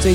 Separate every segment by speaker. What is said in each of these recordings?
Speaker 1: 最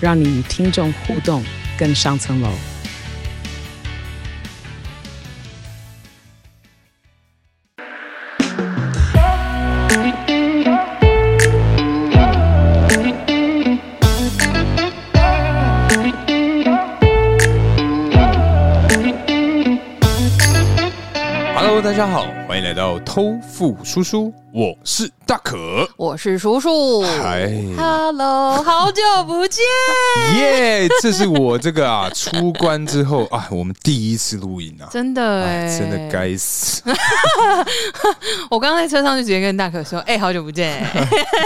Speaker 1: 让你与听众互动更上层楼。
Speaker 2: Hello，大家好，欢迎来到偷富叔叔，我是大可。
Speaker 3: 我是叔 叔。
Speaker 2: 嗨，
Speaker 3: Hello，好久不见。
Speaker 2: 耶！这是我这个啊，出关之后啊，我们第一次录音啊，
Speaker 3: 真的哎、
Speaker 2: 哎，真的！该死！
Speaker 3: 我刚刚在车上就直接跟大可说：“哎、好久不见、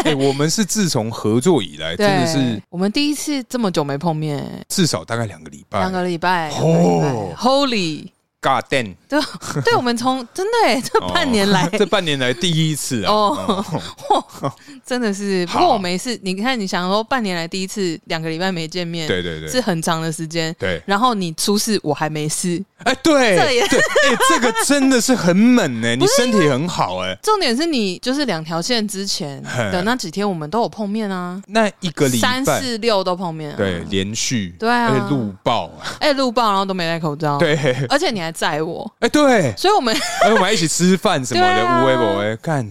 Speaker 2: 哎，我们是自从合作以来，
Speaker 3: 对
Speaker 2: 真的是
Speaker 3: 我们第一次这么久没碰面，
Speaker 2: 至少大概两个礼拜。
Speaker 3: 两个礼拜。
Speaker 2: 哦
Speaker 3: 哦，Holy，
Speaker 2: God damn！
Speaker 3: 对，对，我们从 真的哎、这半年来
Speaker 2: 哦 这半年来第一次啊，
Speaker 3: 哦， 哇真的是。不过
Speaker 2: 好
Speaker 3: 我没事，你看，你想说半年来第一次两个礼拜没见面，
Speaker 2: 对对对
Speaker 3: 是很长的时间。
Speaker 2: 对
Speaker 3: 然后你出事，我还没事。
Speaker 2: 哎，对
Speaker 3: 这也
Speaker 2: 对，哎，这个真的是很猛 呢，你身体很好哎。
Speaker 3: 重点是你就是两条线之前的那几天，我们都有碰面啊。
Speaker 2: 那一个礼
Speaker 3: 三
Speaker 2: 拜，
Speaker 3: 四六都碰面、啊，
Speaker 2: 对，连续，
Speaker 3: 对啊
Speaker 2: 而且录爆啊，
Speaker 3: 哎、录报然后都没戴口罩，，
Speaker 2: 对，哎、
Speaker 3: 而且你还载我，
Speaker 2: 对，
Speaker 3: 所以我 们
Speaker 2: 哎，我们还一起吃饭什么
Speaker 3: 对
Speaker 2: 的，
Speaker 3: 啊
Speaker 2: 无微不微，看，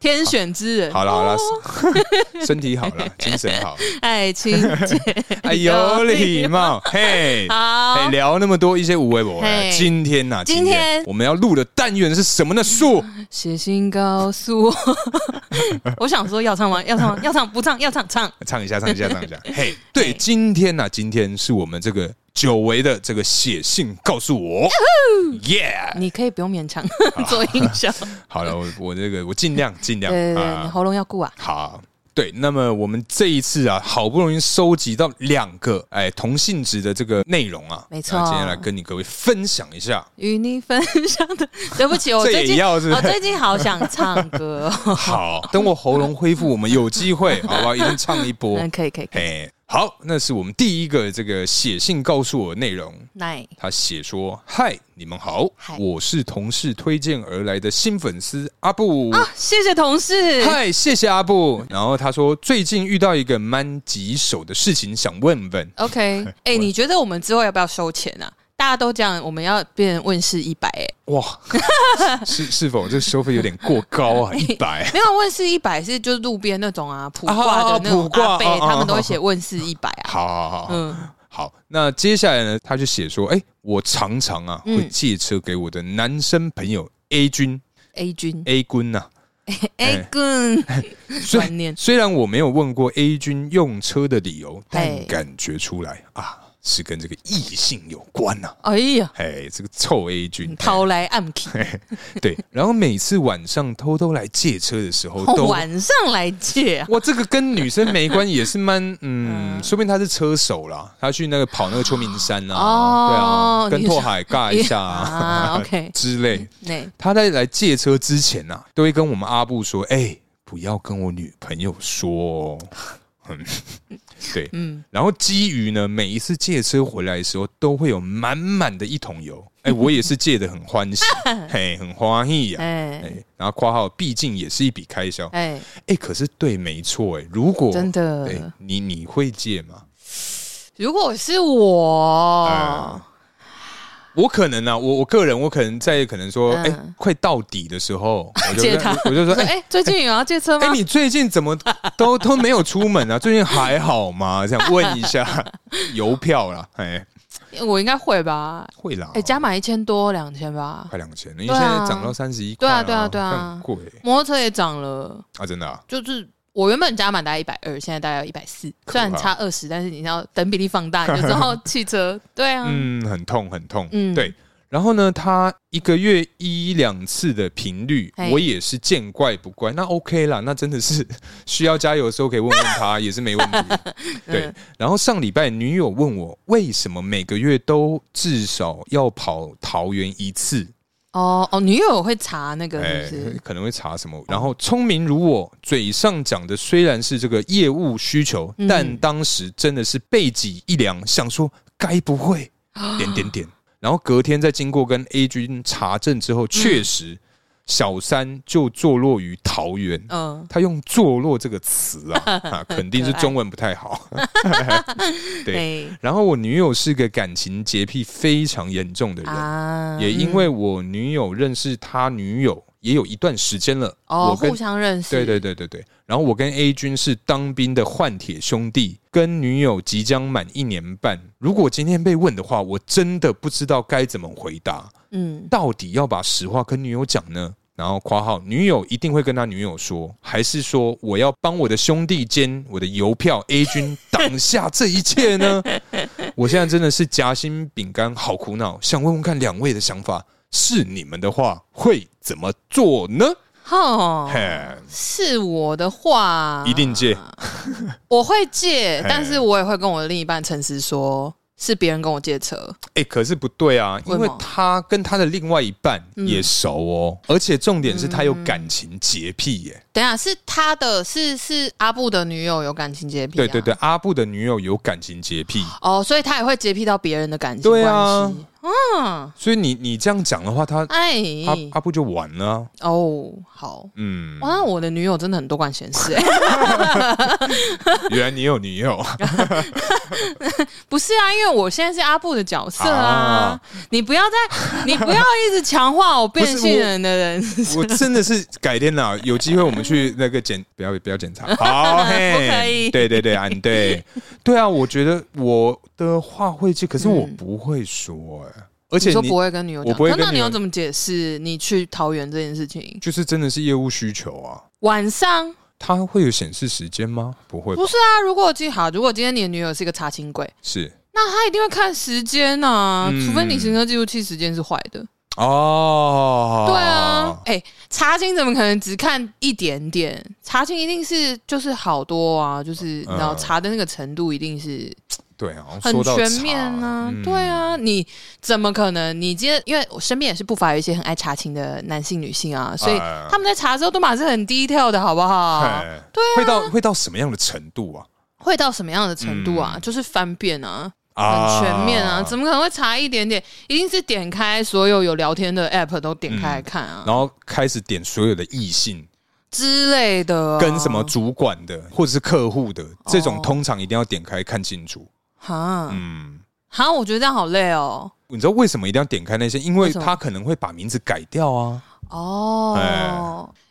Speaker 3: 天选之人，
Speaker 2: 好了好了，
Speaker 3: 哦
Speaker 2: 身体好 了，精神好，
Speaker 3: 爱情节，
Speaker 2: 哎，有礼貌，嘿。哎，
Speaker 3: 好，
Speaker 2: 聊那么多一些无微不微
Speaker 3: 嘿，
Speaker 2: 今天呐、
Speaker 3: 今天
Speaker 2: 我们要录的单元是什么呢？ 说，
Speaker 3: 写信告诉 我，我想说要唱吗？要唱吗？要唱不唱？要唱唱，
Speaker 2: 唱一下，唱一下，唱 一下。嘿，对，今天呐、今天是我们这个久违的这个写信告诉我，耶、yeah!！
Speaker 3: 你可以不用勉强做音效，
Speaker 2: 好了，我我这个我尽量尽量
Speaker 3: 对对对，
Speaker 2: 啊
Speaker 3: 你喉咙要顾啊，
Speaker 2: 好，对，那么我们这一次啊，好不容易收集到两个哎同性质的这个内容啊，
Speaker 3: 没错
Speaker 2: 那今天来跟你各位分享一 下。
Speaker 3: 与你分享的，对不起，我
Speaker 2: 这
Speaker 3: 最
Speaker 2: 也
Speaker 3: 近
Speaker 2: 要是不
Speaker 3: 我
Speaker 2: 是
Speaker 3: 最近好想唱歌 哦，
Speaker 2: 好，等我喉咙恢复，我们有机会，好不好？一定唱一 波。
Speaker 3: 嗯，可以可以可以，
Speaker 2: 哎，好，那是我们第一个这个写信告诉我的内容。
Speaker 3: 来，
Speaker 2: 他写说：“嗨，你们好
Speaker 3: 嗨，
Speaker 2: 我是同事推荐而来的新粉丝阿布。
Speaker 3: 谢谢同事，
Speaker 2: 嗨，谢谢阿布。然后他说最近遇到一个蛮棘手的事情，想问问。
Speaker 3: OK，哎、你觉得我们之后要不要收钱啊？大家都这样，我们要变问世一百、哎，
Speaker 2: 哇，是是否这收费有点过高啊？一百
Speaker 3: 没有问世一百是就是路边那种啊，普挂的那
Speaker 2: 啊
Speaker 3: 种
Speaker 2: 普挂
Speaker 3: 阿贝，
Speaker 2: 啊啊
Speaker 3: 他们都会写问世一百啊。
Speaker 2: 好好好好、
Speaker 3: 嗯，
Speaker 2: 好。那接下来呢，他就写说，哎、我常常啊
Speaker 3: 嗯
Speaker 2: 会借车给我的男生朋友 A 君
Speaker 3: A 君
Speaker 2: A 君呐、哎
Speaker 3: ，A 君，
Speaker 2: 虽
Speaker 3: 观念
Speaker 2: 虽然我没有问过 A 君用车的理由，但
Speaker 3: 嘿
Speaker 2: 感觉出来啊，是跟这个异性有关呐、
Speaker 3: 哎呀，
Speaker 2: 哎，这个臭 A 君，
Speaker 3: 掏来暗 k
Speaker 2: 哎对。然后每次晚上偷偷来借车的 时候，都
Speaker 3: 晚上来借、 啊，
Speaker 2: 哇，这个跟女生没关系，也是 蛮嗯，说不定他是车手啦，他去那个跑那个秋名山啊，
Speaker 3: 哦
Speaker 2: 对啊，跟
Speaker 3: 你说
Speaker 2: 拓海尬一 下啊
Speaker 3: 啊，OK
Speaker 2: 之类。
Speaker 3: 那
Speaker 2: 他在来借车之前呐，都会跟我们阿布说：“哎、不要跟我女朋友说、哦。”嗯， 对，嗯。然后基于呢，每一次借车回来的时候，都会有满满的一桶油。哎、我也是借的很欢 喜，嘿，很欢喜呀、
Speaker 3: 哎
Speaker 2: 哎，然后括号，毕竟也是一笔开销。
Speaker 3: 哎，
Speaker 2: 哎、可是对，没错，哎，如果
Speaker 3: 真的
Speaker 2: 哎你你会借吗？
Speaker 3: 如果是我，
Speaker 2: 嗯我可能啊，我我个人，我可能在可能说，哎、
Speaker 3: 嗯
Speaker 2: 快到底的时候，我就
Speaker 3: 借他
Speaker 2: 我就说，
Speaker 3: 说
Speaker 2: 哎、
Speaker 3: 哎、最近有要借车吗？
Speaker 2: 哎、你最近怎么都都没有出门啊？最近还好吗？这样问一下，邮票啦，哎、
Speaker 3: 我应该会吧？
Speaker 2: 会啦，
Speaker 3: 哎、加满一千多两千吧。
Speaker 2: 快两千了，因为
Speaker 3: 对
Speaker 2: 现
Speaker 3: 啊
Speaker 2: 在涨到三十一块了，
Speaker 3: 对啊对啊对啊
Speaker 2: 很贵
Speaker 3: 摩托车也涨了。
Speaker 2: 啊，真的、啊，
Speaker 3: 就是我原本加满大概一百二，现在大概一百四，
Speaker 2: 可怕
Speaker 3: 虽然差 二十，但是你要等比例放大，你就知道汽车对啊，
Speaker 2: 嗯嗯，很痛很痛，
Speaker 3: 嗯
Speaker 2: 对。然后呢，他一个月一两次的频率
Speaker 3: 嘿，
Speaker 2: 我也是见怪不怪。那 OK 啦，那真的是 需要加油的时候可以问问他，也是没 问题。
Speaker 3: 嗯
Speaker 2: 对。然后上礼拜女友问我，为什么每个月都至少要跑桃园一次？
Speaker 3: 哦哦，女友会查那个
Speaker 2: 哎
Speaker 3: 是不是？
Speaker 2: 可能会查什么？然后聪明如我，嘴上讲的虽然是这个业务需求，
Speaker 3: 嗯
Speaker 2: 但当时真的是背脊一凉，想说该不会
Speaker 3: 啊
Speaker 2: 点点点。然后隔天再经过跟 A 君查证之
Speaker 3: 嗯
Speaker 2: 后，确实小三就坐落于桃园。
Speaker 3: 嗯，
Speaker 2: 他用“坐落”这个词 啊，啊，肯定是中文不太好。对
Speaker 3: 哎
Speaker 2: 然后我女友是个感情洁癖非常严重的人，
Speaker 3: 啊
Speaker 2: 也因为我女友认识他女友也有一段时间了，
Speaker 3: 哦，
Speaker 2: 我跟
Speaker 3: 互相认识，
Speaker 2: 对对对对对，然后我跟 A 君是当兵的换铁兄弟，跟女友即将满一年半。如果今天被问的话，我真的不知道该怎么回答，
Speaker 3: 嗯，
Speaker 2: 到底要把实话跟女友讲呢？然后（括号）女友一定会跟他女友说，还是说我要帮我的兄弟间、我的邮票 A 君挡下这一切呢？我现在真的是夹心饼干，好苦恼，想问问看两位的想法，是你们的话会怎么做呢？
Speaker 3: 吼，
Speaker 2: 嘿
Speaker 3: 是我的话，
Speaker 2: 一定戒，
Speaker 3: 我会借，
Speaker 2: 嘿
Speaker 3: 但是我也会跟我的另一半诚实说，是别人跟我借车。
Speaker 2: 哎、可是不对啊，
Speaker 3: 为
Speaker 2: 因
Speaker 3: 什么
Speaker 2: 为他跟他的另外一半
Speaker 3: 嗯
Speaker 2: 也熟哦，而且重点是他有感情洁癖耶。
Speaker 3: 等一下是他的，是是阿布的女友有感情洁癖、啊，
Speaker 2: 对对对，，阿布的女友有感情洁癖，
Speaker 3: 哦，所以他也会洁癖到别人的感情关
Speaker 2: 对
Speaker 3: 系。
Speaker 2: 啊
Speaker 3: 嗯，
Speaker 2: 所以你你这样讲的话，他
Speaker 3: 哎，
Speaker 2: 阿阿布就完了啊、
Speaker 3: 哦，好。
Speaker 2: 嗯，
Speaker 3: 哇，那我的女友真的很多管闲事哎、
Speaker 2: 原来你有女友，
Speaker 3: 不是啊，因为我现在是阿布的角色啊，
Speaker 2: 啊
Speaker 3: 你不要再，你不要一直强化我变性人的人，
Speaker 2: 我真的是改天啦，有机会我们去那个检，不要不要检查， 好嘿，
Speaker 3: 不可以
Speaker 2: 对对对，安 对，对啊，我觉得我的话会去，可是我
Speaker 3: 嗯
Speaker 2: 不会说、哎， 而且
Speaker 3: 你说
Speaker 2: 你
Speaker 3: 不会跟女友讲
Speaker 2: 我不会，
Speaker 3: 那
Speaker 2: 跟
Speaker 3: 那你
Speaker 2: 女友
Speaker 3: 要怎么解释你去桃园这件事情？
Speaker 2: 就是真的是业务需求啊。
Speaker 3: 晚上
Speaker 2: 它会有显示时间吗？不会吧，
Speaker 3: 不是啊，如果今好，如果今天你的女友是一个查寝鬼，
Speaker 2: 是
Speaker 3: 那她一定会看时间啊，
Speaker 2: 嗯
Speaker 3: 除非你行车记录器时间是坏的。
Speaker 2: 哦，
Speaker 3: 对啊，，哎、查寝怎么可能只看一点点？查寝一定是就是好多啊，就是
Speaker 2: 嗯
Speaker 3: 然后查的那个程度一定是
Speaker 2: 对啊，
Speaker 3: 很
Speaker 2: 说到
Speaker 3: 全
Speaker 2: 茶
Speaker 3: 面啊。
Speaker 2: 嗯
Speaker 3: 对啊，你怎么可能？你今天因为我身边也是不乏有一些很爱查寝的男性、女性啊，所以
Speaker 2: 哎
Speaker 3: 他们在查的时候都马是很 detail 的，好不好？
Speaker 2: 嘿
Speaker 3: 啊
Speaker 2: 会到会到什么样的程度啊？
Speaker 3: 会到什么样的程度啊？就是翻遍啊，
Speaker 2: 嗯啊，
Speaker 3: 很全面啊，怎么可能会查一点点？一定是点开所有有聊天的 app 都点开来看啊，
Speaker 2: 然后开始点所有的异性，
Speaker 3: 之类的啊、
Speaker 2: 跟什么主管的或者是客户的这
Speaker 3: 哦啊
Speaker 2: 种，通常一定要点开看清楚。
Speaker 3: 哈
Speaker 2: 嗯，
Speaker 3: 哈，我觉得这样好累哦。
Speaker 2: 你知道为什么一定要点开那些？因为
Speaker 3: 为什么
Speaker 2: 他可能会把名字改掉啊。
Speaker 3: 哦
Speaker 2: 哎，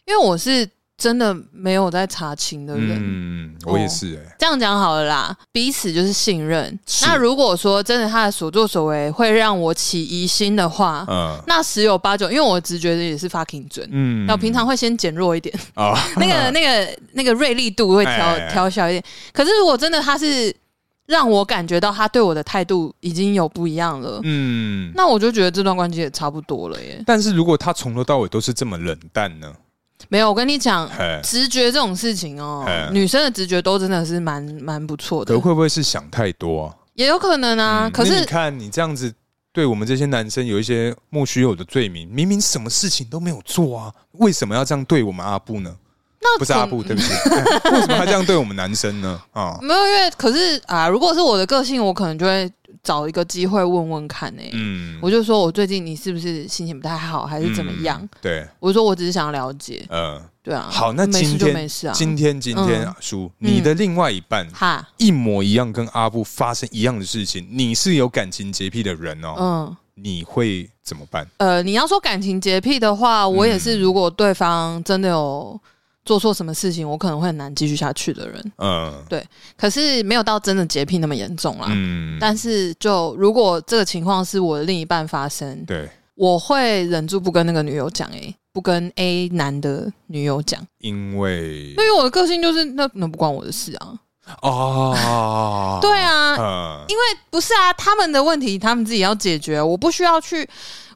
Speaker 3: 因为我是真的没有在查情的人。
Speaker 2: 嗯，
Speaker 3: 哦
Speaker 2: 我也是哎，
Speaker 3: 这样讲好了啦，彼此就是信任。
Speaker 2: 是
Speaker 3: 那如果说真的他的所作所为会让我起疑心的话，
Speaker 2: 嗯
Speaker 3: 那十有八九，因为我直觉也是 fucking 准。
Speaker 2: 嗯
Speaker 3: 那我平常会先减弱一点，
Speaker 2: 啊，
Speaker 3: 那个、那个、那个锐利度会调
Speaker 2: 哎哎哎
Speaker 3: 调小一点。可是如果真的他是让我感觉到他对我的态度已经有不一样了，
Speaker 2: 嗯，
Speaker 3: 那我就觉得这段关系也差不多了耶。
Speaker 2: 但是如果他从头到尾都是这么冷淡呢？
Speaker 3: 没有，我跟你讲，
Speaker 2: 嘿。
Speaker 3: 直觉这种事情哦
Speaker 2: 哎，
Speaker 3: 女生的直觉都真的是蛮蛮不错
Speaker 2: 可
Speaker 3: 的，
Speaker 2: 会不会是想太多啊？
Speaker 3: 也有可能啊。
Speaker 2: 嗯
Speaker 3: 可
Speaker 2: 那
Speaker 3: 是
Speaker 2: 你看你这样子，对我们这些男生有一些莫须有的罪名，明明什么事情都没有做啊，为什么要这样对我们阿布呢？
Speaker 3: 那
Speaker 2: 不是
Speaker 3: 怎
Speaker 2: 阿布，对不起， 为什么他这样对我们男生呢？啊，
Speaker 3: 没有，因为可是啊，如果是我的个性，我可能就会找一个机会问问看呢、
Speaker 2: 嗯，
Speaker 3: 我就说我最近你是不是心情不太好，还是怎么样？
Speaker 2: 嗯？对，
Speaker 3: 我说我只是想要了解，
Speaker 2: 呃，
Speaker 3: 对啊。
Speaker 2: 好，那
Speaker 3: 没事
Speaker 2: 今
Speaker 3: 就
Speaker 2: 天
Speaker 3: 没事啊。
Speaker 2: 今天今天
Speaker 3: 嗯
Speaker 2: 叔，
Speaker 3: 嗯
Speaker 2: 你的另外一半
Speaker 3: 哈，
Speaker 2: 一模一样，跟阿布发生一样的事情，你是有感情洁癖的人哦，
Speaker 3: 嗯，
Speaker 2: 你会怎么办？
Speaker 3: 呃，你要说感情洁癖的话，我也
Speaker 2: 嗯
Speaker 3: 是，如果对方真的有做错什么事情，我可能会很难继续下去的人。
Speaker 2: 嗯
Speaker 3: 可是没有到真的洁癖那么严重啦。
Speaker 2: 嗯，
Speaker 3: 但是，就如果这个情况是我的另一半发生，
Speaker 2: 对，
Speaker 3: 我会忍住不跟那个女友讲，诶，不跟 A 男的女友讲，
Speaker 2: 因为
Speaker 3: 因为我的个性就是那那不关我的事啊。，
Speaker 2: 哦
Speaker 3: 对啊，
Speaker 2: 嗯，
Speaker 3: 不是啊，他们的问题他们自己要解决，我不需要去，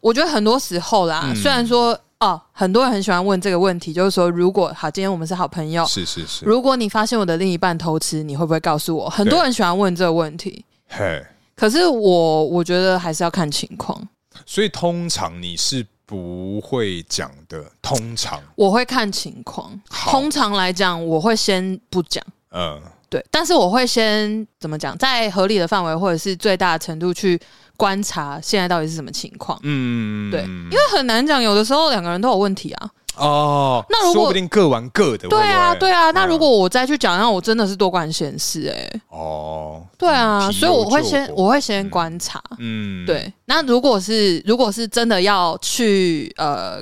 Speaker 3: 我觉得很多时候啦，
Speaker 2: 嗯
Speaker 3: 虽然说哦，很多人很喜欢问这个问题，就是说，如果好，今天我们是好朋友，
Speaker 2: 是是是，
Speaker 3: 如果你发现我的另一半偷吃，你会不会告诉我？很多人喜欢问这个问题，
Speaker 2: 嘿，
Speaker 3: 可是我我觉得还是要看情况。
Speaker 2: 所以通常你是不会讲的，通常，
Speaker 3: 我会看情况，
Speaker 2: 好
Speaker 3: 通常来讲，我会先不讲，
Speaker 2: 嗯、
Speaker 3: 对，但是我会先怎么讲，在合理的范围或者是最大的程度去观察现在到底是什么情况，
Speaker 2: 嗯，
Speaker 3: 对，因为很难讲，有的时候两个人都有问题啊，
Speaker 2: 哦，
Speaker 3: 那如果
Speaker 2: 说不定各玩各的，
Speaker 3: 对啊，
Speaker 2: 会不会
Speaker 3: 对啊，那
Speaker 2: 嗯
Speaker 3: 如果我再去讲，那我真的是多管闲事哎、
Speaker 2: 哦，
Speaker 3: 对啊，
Speaker 2: 嗯
Speaker 3: 所以我会
Speaker 2: 提
Speaker 3: 先
Speaker 2: 油救火
Speaker 3: 我会先观察，
Speaker 2: 嗯，
Speaker 3: 对，那如果是如果是真的要去呃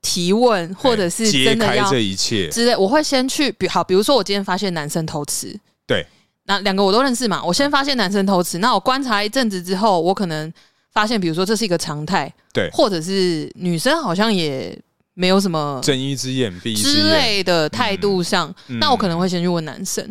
Speaker 3: 提问，
Speaker 2: 嘿，
Speaker 3: 或者是
Speaker 2: 揭
Speaker 3: 真的
Speaker 2: 开
Speaker 3: 要
Speaker 2: 这一切，
Speaker 3: 之类，我会先去，比好，比如说我今天发现男生偷吃，
Speaker 2: 对，
Speaker 3: 那两个我都认识嘛，我先发现男生偷吃，那我观察一阵子之后，我可能发现，比如说这是一个常态，
Speaker 2: 对
Speaker 3: 或者是女生好像也没有什么
Speaker 2: 睁一只眼闭一只
Speaker 3: 之
Speaker 2: 眼，
Speaker 3: 类的态度上，
Speaker 2: 嗯
Speaker 3: 那我可能会先去问男生，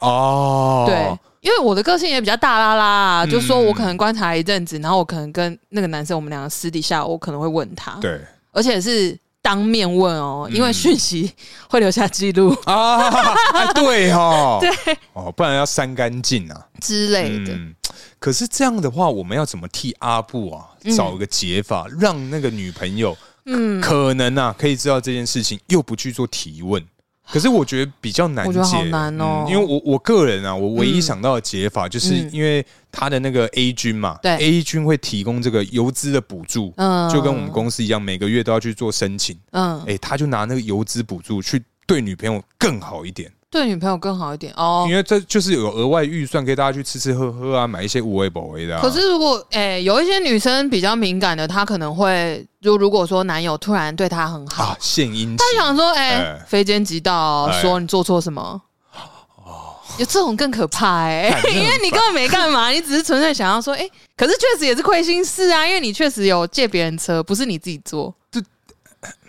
Speaker 2: 哦，
Speaker 3: 对。因为我的个性也比较大啦啦啊，
Speaker 2: 嗯
Speaker 3: 就说我可能观察一阵子，然后我可能跟那个男生，我们两个私底下我可能会问他，
Speaker 2: 对
Speaker 3: 而且是当面问哦，因为
Speaker 2: 嗯
Speaker 3: 讯息会留下记录
Speaker 2: 啊， 哎对哦， 对哦，不然要删干净啊。
Speaker 3: 之类的。
Speaker 2: 嗯，可是这样的话，我们要怎么替阿布啊
Speaker 3: 嗯
Speaker 2: 找一个解法，让那个女朋友
Speaker 3: 嗯，
Speaker 2: 可能啊可以知道这件事情，又不去做提问？可是我觉得比较难解，
Speaker 3: 啊
Speaker 2: 嗯
Speaker 3: 我觉得好难哦
Speaker 2: 因为我我个人啊，我唯一
Speaker 3: 嗯
Speaker 2: 想到的解法，就是
Speaker 3: 嗯
Speaker 2: 因为他的那个 A 君嘛，
Speaker 3: 对
Speaker 2: A 君会提供这个游资的补助，
Speaker 3: 嗯
Speaker 2: 就跟我们公司一样，每个月都要去做申请。
Speaker 3: 嗯，
Speaker 2: 哎、他就拿那个游资补助去对女朋友更好一点，
Speaker 3: 对女朋友更好一点哦
Speaker 2: 因。为这就是有额外预算给大家去吃吃喝喝啊，买一些无为不为的、啊。
Speaker 3: 可是如果诶、有一些女生比较敏感的，她可能会就如果说男友突然对她很好，
Speaker 2: 啊，献殷勤
Speaker 3: 她想说诶、
Speaker 2: 哎
Speaker 3: 非奸即盗哦、
Speaker 2: 哎
Speaker 3: 说你做错什么。有这种更可怕哎、
Speaker 2: 干这
Speaker 3: 因为
Speaker 2: 很
Speaker 3: 你根本没干嘛，你只是纯粹想要说，哎、可是确实也是亏心事啊，因为你确实有借别人车，不是你自己做。
Speaker 2: 这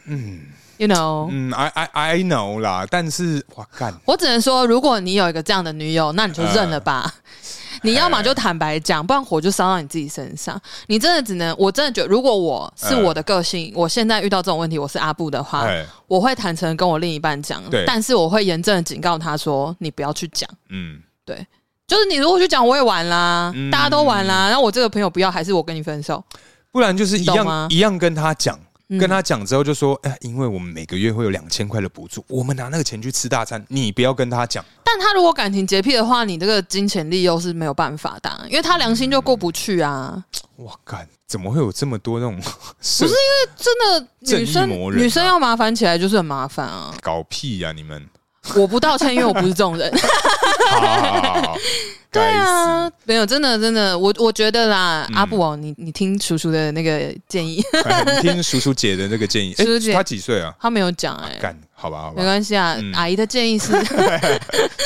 Speaker 3: 嗯，you know，、
Speaker 2: 嗯，I I I know 啦，但是哇干，
Speaker 3: 我只能说，如果你有一个这样的女友，那你就认了
Speaker 2: 呃
Speaker 3: 吧。 你要么就坦白讲，不然火就烧到你自己身上。你真的只能，我真的觉得，如果我是我的个性，我现在遇到这种问题，我是阿布的话，
Speaker 2: 呃哎，
Speaker 3: 我会坦诚跟我另一半讲
Speaker 2: 对，
Speaker 3: 但是我会严正的警告他说，你不要去讲。
Speaker 2: 嗯，
Speaker 3: 就是你如果去讲，我也玩啦，
Speaker 2: 嗯
Speaker 3: 大家都玩啦，那我这个朋友不要，还是我跟你分手？
Speaker 2: 不然就是一
Speaker 3: 你懂吗
Speaker 2: 样一样跟他讲。
Speaker 3: 嗯
Speaker 2: 跟他讲之后就说，哎、因为我们每个月会有两千块的补助，我们拿那个钱去吃大餐，你不要跟他讲。
Speaker 3: 但他如果感情洁癖的话，你这个金钱利诱是没有办法的啊、因为他良心就过不去啊。
Speaker 2: 哇干，怎么会有这么多那种不
Speaker 3: 是真的，女
Speaker 2: 正义魔
Speaker 3: 生
Speaker 2: 人啊
Speaker 3: 女生要麻烦起来就是很麻烦啊。
Speaker 2: 搞屁呀、你们？
Speaker 3: 我不道歉，因为我不是这 种人。
Speaker 2: 好好好好
Speaker 3: 对
Speaker 2: 该死
Speaker 3: 啊，没有，真的真的，我我觉得啦，
Speaker 2: 嗯
Speaker 3: 阿布哦，你你听叔叔的那个建议，
Speaker 2: 哎你听叔叔姐的那个建议，哎、
Speaker 3: 叔叔姐
Speaker 2: 他几岁啊？
Speaker 3: 他没有讲哎、
Speaker 2: 干，好吧，好
Speaker 3: 没
Speaker 2: 吧，
Speaker 3: 关系啊，
Speaker 2: 嗯
Speaker 3: 阿姨的建 议是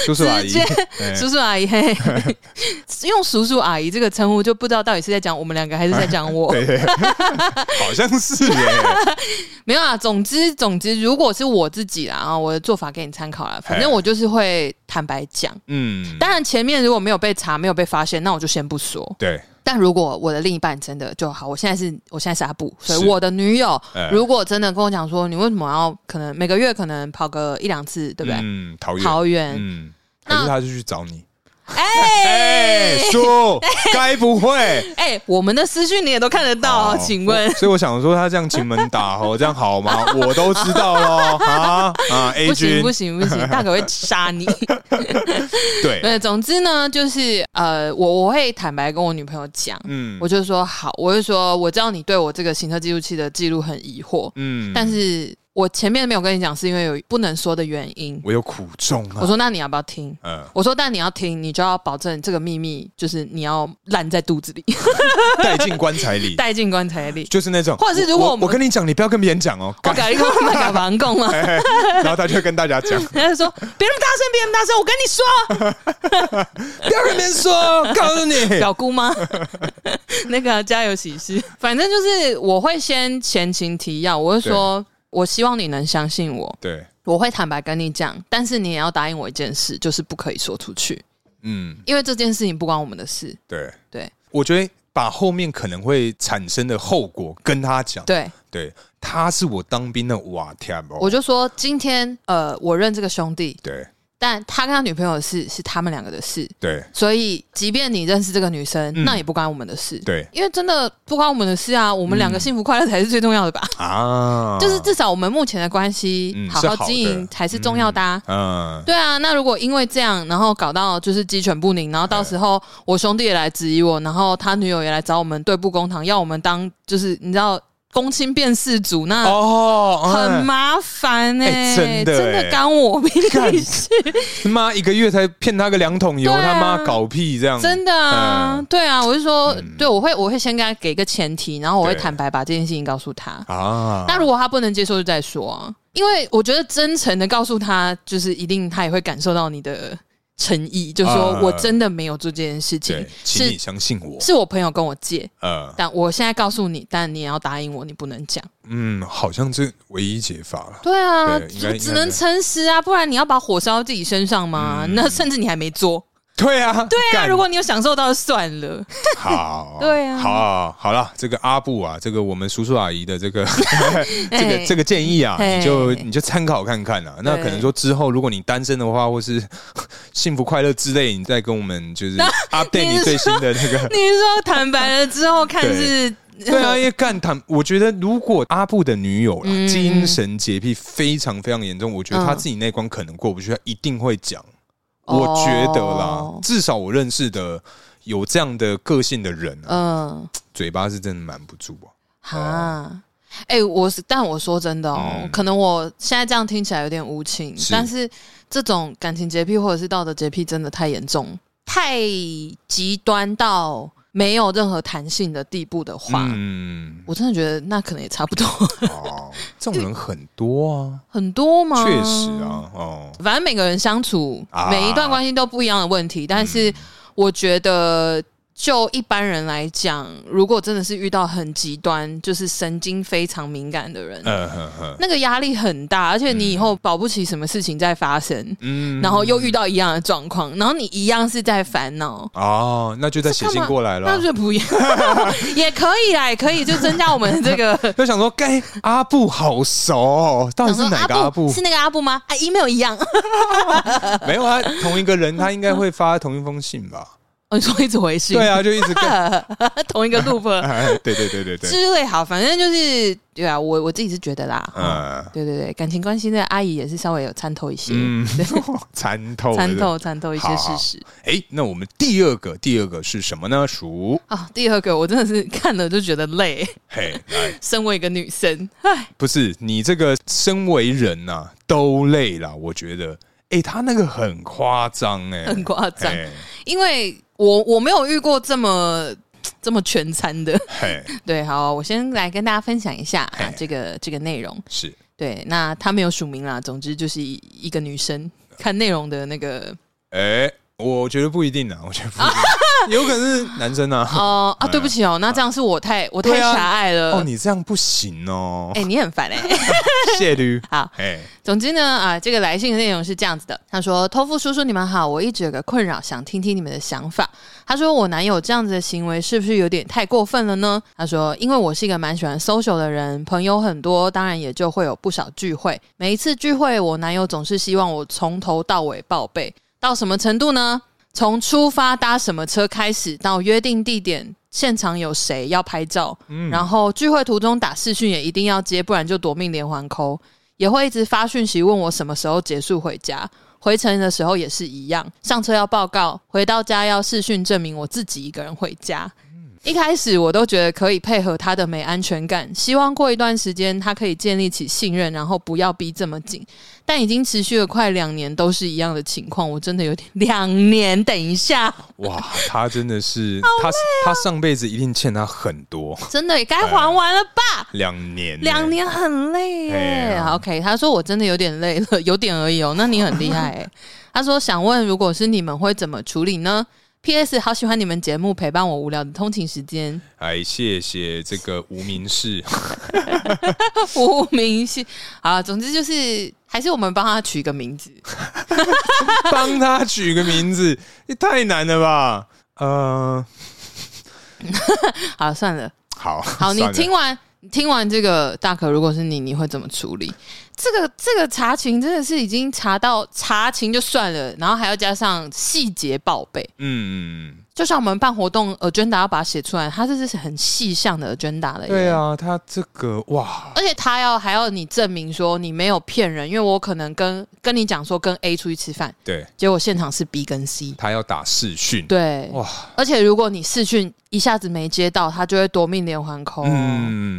Speaker 2: 叔叔阿姨
Speaker 3: 直接，
Speaker 2: 哎
Speaker 3: 叔叔阿姨，嘿嘿嘿 用叔叔阿姨这个称呼就不知道到底是在讲我们两个还是在讲我。
Speaker 2: 对， 好像是耶，
Speaker 3: 没有啊，总之总之，如果是我自己啦，啊，我的做法给你参考啦。反正
Speaker 2: 哎
Speaker 3: 我就是会坦白讲，
Speaker 2: 嗯，
Speaker 3: 当然前面如果没有被查、没有被发现，那我就先不说。
Speaker 2: 对，
Speaker 3: 但如果我的另一半真的就好，我现在是我现在是阿布，所
Speaker 2: 是
Speaker 3: 以我的女友
Speaker 2: 哎
Speaker 3: 如果真的跟我讲说，你为什么要可能每个月可能跑个一两次，对不对？
Speaker 2: 嗯，桃园，
Speaker 3: 桃园，
Speaker 2: 嗯，还
Speaker 3: 那
Speaker 2: 是他就去找你，哎
Speaker 3: 哎，
Speaker 2: 叔，该不会？
Speaker 3: 哎，我们的私讯你也都看得到，
Speaker 2: 哦
Speaker 3: 请问
Speaker 2: 我所以我想说，他这样请门打吼，这样好 吗？我都知道咯。啊啊，A
Speaker 3: 不行
Speaker 2: 君哎
Speaker 3: 不，行不 行，大可会杀你。
Speaker 2: 对，
Speaker 3: 对，总之呢，就是呃，我我会坦白跟我女朋友讲，
Speaker 2: 嗯
Speaker 3: 我就说好，我就说我知道你对我这个行车记录器的记录很疑惑，
Speaker 2: 嗯
Speaker 3: 但是我前面没有跟你讲，是因为有不能说的原因。
Speaker 2: 我有苦衷啊，
Speaker 3: 我说那你要不要听？
Speaker 2: 嗯，
Speaker 3: 我说，但你要听，你就要保证这个秘密，就是你要烂在肚子里，
Speaker 2: 带进棺材里，
Speaker 3: 带进棺材里。
Speaker 2: 就是那种，
Speaker 3: 或者是如果
Speaker 2: 我
Speaker 3: 我们
Speaker 2: 我跟你讲，你不要跟别人讲哦，
Speaker 3: 我搞一个麦克房供嘛，
Speaker 2: 然后他就会跟大家 讲，
Speaker 3: 人家就说别那么大声，别那么大声，我跟你 说，
Speaker 2: 不要跟别人说，告诉你，
Speaker 3: 表姑吗？ 那个啊家有喜事，反正就是我会先前情提要，我会说，我希望你能相信我，
Speaker 2: 对，
Speaker 3: 我会坦白跟你讲，但是你也要答应我一件事，就是不可以说出去，
Speaker 2: 嗯，
Speaker 3: 因为这件事情不关我们的事。
Speaker 2: 对
Speaker 3: 对，
Speaker 2: 我觉得把后面可能会产生的后果跟他讲。
Speaker 3: 对，
Speaker 2: 对，他是我当兵的哇天哦，
Speaker 3: 我就说今天呃，我认这个兄弟，
Speaker 2: 对
Speaker 3: 但他跟他女朋友的事是他们两个的事，
Speaker 2: 对
Speaker 3: 所以即便你认识这个女生，
Speaker 2: 嗯
Speaker 3: 那也不关我们的事。
Speaker 2: 对
Speaker 3: 因为真的不关我们的事啊，我们两个幸福快乐才是最重要的吧？
Speaker 2: 啊，
Speaker 3: 就是至少我们目前的关系
Speaker 2: 嗯
Speaker 3: 好
Speaker 2: 是
Speaker 3: 好
Speaker 2: 好的
Speaker 3: 经营才是重要的啊。
Speaker 2: 嗯，
Speaker 3: 对啊，那如果因为这样，然后搞到就是鸡犬不宁，然后到时候我兄弟也来质疑我，然后他女友也来找我们对簿公堂，要我们当就是你知道公亲变世主，那
Speaker 2: 哦，
Speaker 3: 啊很麻烦呢、
Speaker 2: 哎真的
Speaker 3: 真
Speaker 2: 哎
Speaker 3: 的干我屁事，
Speaker 2: 嗯妈一个月才骗他个两桶油，
Speaker 3: 对啊
Speaker 2: 他妈搞屁这样，
Speaker 3: 真的啊，
Speaker 2: 嗯
Speaker 3: 对啊，我是说，
Speaker 2: 嗯
Speaker 3: 对我会我会先给他给一个前提，然后我会
Speaker 2: 对
Speaker 3: 坦白把这件事情告诉他。
Speaker 2: 啊，
Speaker 3: 那如果他不能接受，就再说啊。因为我觉得真诚的告诉他，就是一定他也会感受到你的诚意，就是说
Speaker 2: 啊
Speaker 3: 我真的没有做这件事情
Speaker 2: 对，，请你
Speaker 3: 是
Speaker 2: 相信我，
Speaker 3: 是我朋友跟我借，
Speaker 2: 呃，
Speaker 3: 但我现在告诉你，但你也要答应我，你不能讲。
Speaker 2: 嗯，好像这唯一解法了。
Speaker 3: 对啊，
Speaker 2: 对应该
Speaker 3: 就只
Speaker 2: 应该
Speaker 3: 能诚实啊，不然你要把火烧自己身上吗？
Speaker 2: 嗯
Speaker 3: 那甚至你还没做。
Speaker 2: 对啊，对
Speaker 3: 对啊，如果你有享受到就算了，
Speaker 2: 好，
Speaker 3: 对啊
Speaker 2: 好，好了，这个阿布啊，这个我们叔叔阿姨的这个 这
Speaker 3: 哎
Speaker 2: 个这个建议啊，
Speaker 3: 哎
Speaker 2: 你就你就参考看看啊。那可能说之后，如果你单身的话，或是幸福快乐之类，你再跟我们就是 update
Speaker 3: 你
Speaker 2: 你
Speaker 3: 是
Speaker 2: 最新的那个。
Speaker 3: 你是说坦白了之后看是？
Speaker 2: 对啊，因为干坦，我觉得如果阿布的女友啦、啊
Speaker 3: 嗯
Speaker 2: 精神洁癖非常非常严重，我觉得
Speaker 3: 嗯
Speaker 2: 她自己那关可能过不去，她一定会讲。我觉得啦
Speaker 3: 哦，
Speaker 2: 至少我认识的有这样的个性的人啊，
Speaker 3: 嗯，
Speaker 2: 嘴巴是真的瞒不住啊。
Speaker 3: 哈。哎、我是，但我说真的哦，
Speaker 2: 哦嗯
Speaker 3: 可能我现在这样听起来有点无情，
Speaker 2: 是
Speaker 3: 但是这种感情洁癖或者是道德洁癖真的太严重、太极端到没有任何弹性的地步的话，
Speaker 2: 嗯，
Speaker 3: 我真的觉得那可能也差不多
Speaker 2: 哦，这种人很多啊，
Speaker 3: 很多嘛。
Speaker 2: 确实，啊，哦，
Speaker 3: 反正每个人相处，
Speaker 2: 啊
Speaker 3: 每一段关系都不一样的问题，但
Speaker 2: 嗯
Speaker 3: 是我觉得。就一般人来讲，如果真的是遇到很极端，就是神经非常敏感的人，
Speaker 2: 呃呵呵，
Speaker 3: 那个压力很大，而且你以后保不齐什么事情再发生，
Speaker 2: 嗯
Speaker 3: 然后又遇到一样的状况，然后你一样是在烦恼。
Speaker 2: 哦，那就再写信过来
Speaker 3: 那
Speaker 2: 了。
Speaker 3: 就不要， 也可以啦，也可以，就增加我们这个。
Speaker 2: 就想说，该阿布好熟、哦， 到底是
Speaker 3: 想说
Speaker 2: 哪个阿布？
Speaker 3: 是那个阿布吗？啊，email 一 样。
Speaker 2: 没有啊，同一个人，他应该会发同一封信 吧？
Speaker 3: 我哦说一直回信，
Speaker 2: 对，啊，就一直跟，
Speaker 3: 同一个 loop
Speaker 2: 哎对对 对对对，
Speaker 3: 之类。好，反正就是对啊，我我自己是觉得啦，
Speaker 2: 嗯
Speaker 3: 对对对，感情关系的阿姨也是稍微有参透一 些，
Speaker 2: 嗯，参透了
Speaker 3: 参透参透一些
Speaker 2: 好
Speaker 3: 事
Speaker 2: 好
Speaker 3: 实。
Speaker 2: 哎，那我们第二个，第二个是什么呢？鼠，
Speaker 3: 啊，第二个我真的是看了就觉得累，
Speaker 2: 嘿，来，
Speaker 3: 身为一个女生，
Speaker 2: 不是你这个身为人呐、都累了，我觉得。哎、他那个很夸张哎，
Speaker 3: 很夸张，
Speaker 2: 嘿
Speaker 3: 因为我我没有遇过这么这么全餐的。
Speaker 2: 嘿，
Speaker 3: 对，好，我先来跟大家分享一下、啊
Speaker 2: 嘿、
Speaker 3: 这个这个内容。
Speaker 2: 是
Speaker 3: 对，那她没有署名啦，总之就是一一个女生看内容的那个
Speaker 2: 哎、我觉得不一定啊，我觉得不一 定，有可能是男生啊。
Speaker 3: 哦、呃啊，对不起哦，那这样是我太我太
Speaker 2: 对啊
Speaker 3: 狭隘了。
Speaker 2: 哦，你这样不行哦，
Speaker 3: 哎、你很烦哎、
Speaker 2: 谢驴。
Speaker 3: 好，
Speaker 2: 哎，
Speaker 3: 总之呢，啊，这个来信的内容是这样子的。他说：“托付叔叔，你们好，我一直有个困扰，想听听你们的想法。”他说：“我男友这样子的行为是不是有点太过分了呢？”他说：“因为我是一个蛮喜欢 social 的人，朋友很多，当然也就会有不少聚会。每一次聚会，我男友总是希望我从头到尾报备，到什么程度呢？从出发搭什么车开始，到约定地点。”现场有谁要拍照，然后聚会途中打视讯也一定要接，不然就夺命连环扣。也会一直发讯息问我什么时候结束回家。回程的时候也是一样，上车要报告，回到家要视讯证明我自己一个人回家。一开始我都觉得可以配合他的没安全感，希望过一段时间他可以建立起信任，然后不要逼这么紧。但已经持续了快两年，都是一样的情况，我真的有点两年。等一下，
Speaker 2: 哇，他真的是，他
Speaker 3: 啊
Speaker 2: 他上辈子一定欠他很多，
Speaker 3: 真的也该还完了吧？
Speaker 2: 两年，
Speaker 3: 两，年很累
Speaker 2: 哎
Speaker 3: 耶。
Speaker 2: 呀
Speaker 3: 好 OK，他说我真的有点累了， 有点而已哦。那你很厉害 哎。他说想问，如果是你们会怎么处理呢？P.S. 好喜欢你们节目，陪伴我无聊的通勤时间。
Speaker 2: 哎，谢谢这个无名氏，
Speaker 3: 无名氏啊，总之就是还是我们帮他取一个名字，
Speaker 2: 帮他取个名字，也太难了吧？呃，
Speaker 3: 好了，算了，
Speaker 2: 好，
Speaker 3: 好，你
Speaker 2: 算了
Speaker 3: 听完你听完这个大可，如果是你，你会怎么处理？这个这个查情真的是已经查到查情就算了，然后还要加上细节报备。
Speaker 2: 嗯，嗯
Speaker 3: 就像我们办活动，agenda 要把它写出来，它这是很细项的 agenda 的。
Speaker 2: 嗯对，啊，他这个哇，
Speaker 3: 而且他要还要你证明说你没有骗人，因为我可能跟跟你讲说跟 A 出去吃饭，
Speaker 2: 对
Speaker 3: 结果现场是 B 跟 C。
Speaker 2: 他要打视讯，
Speaker 3: 对，
Speaker 2: 哇，
Speaker 3: 而且如果你视讯一下子没接到，他就会夺命连环扣。嗯，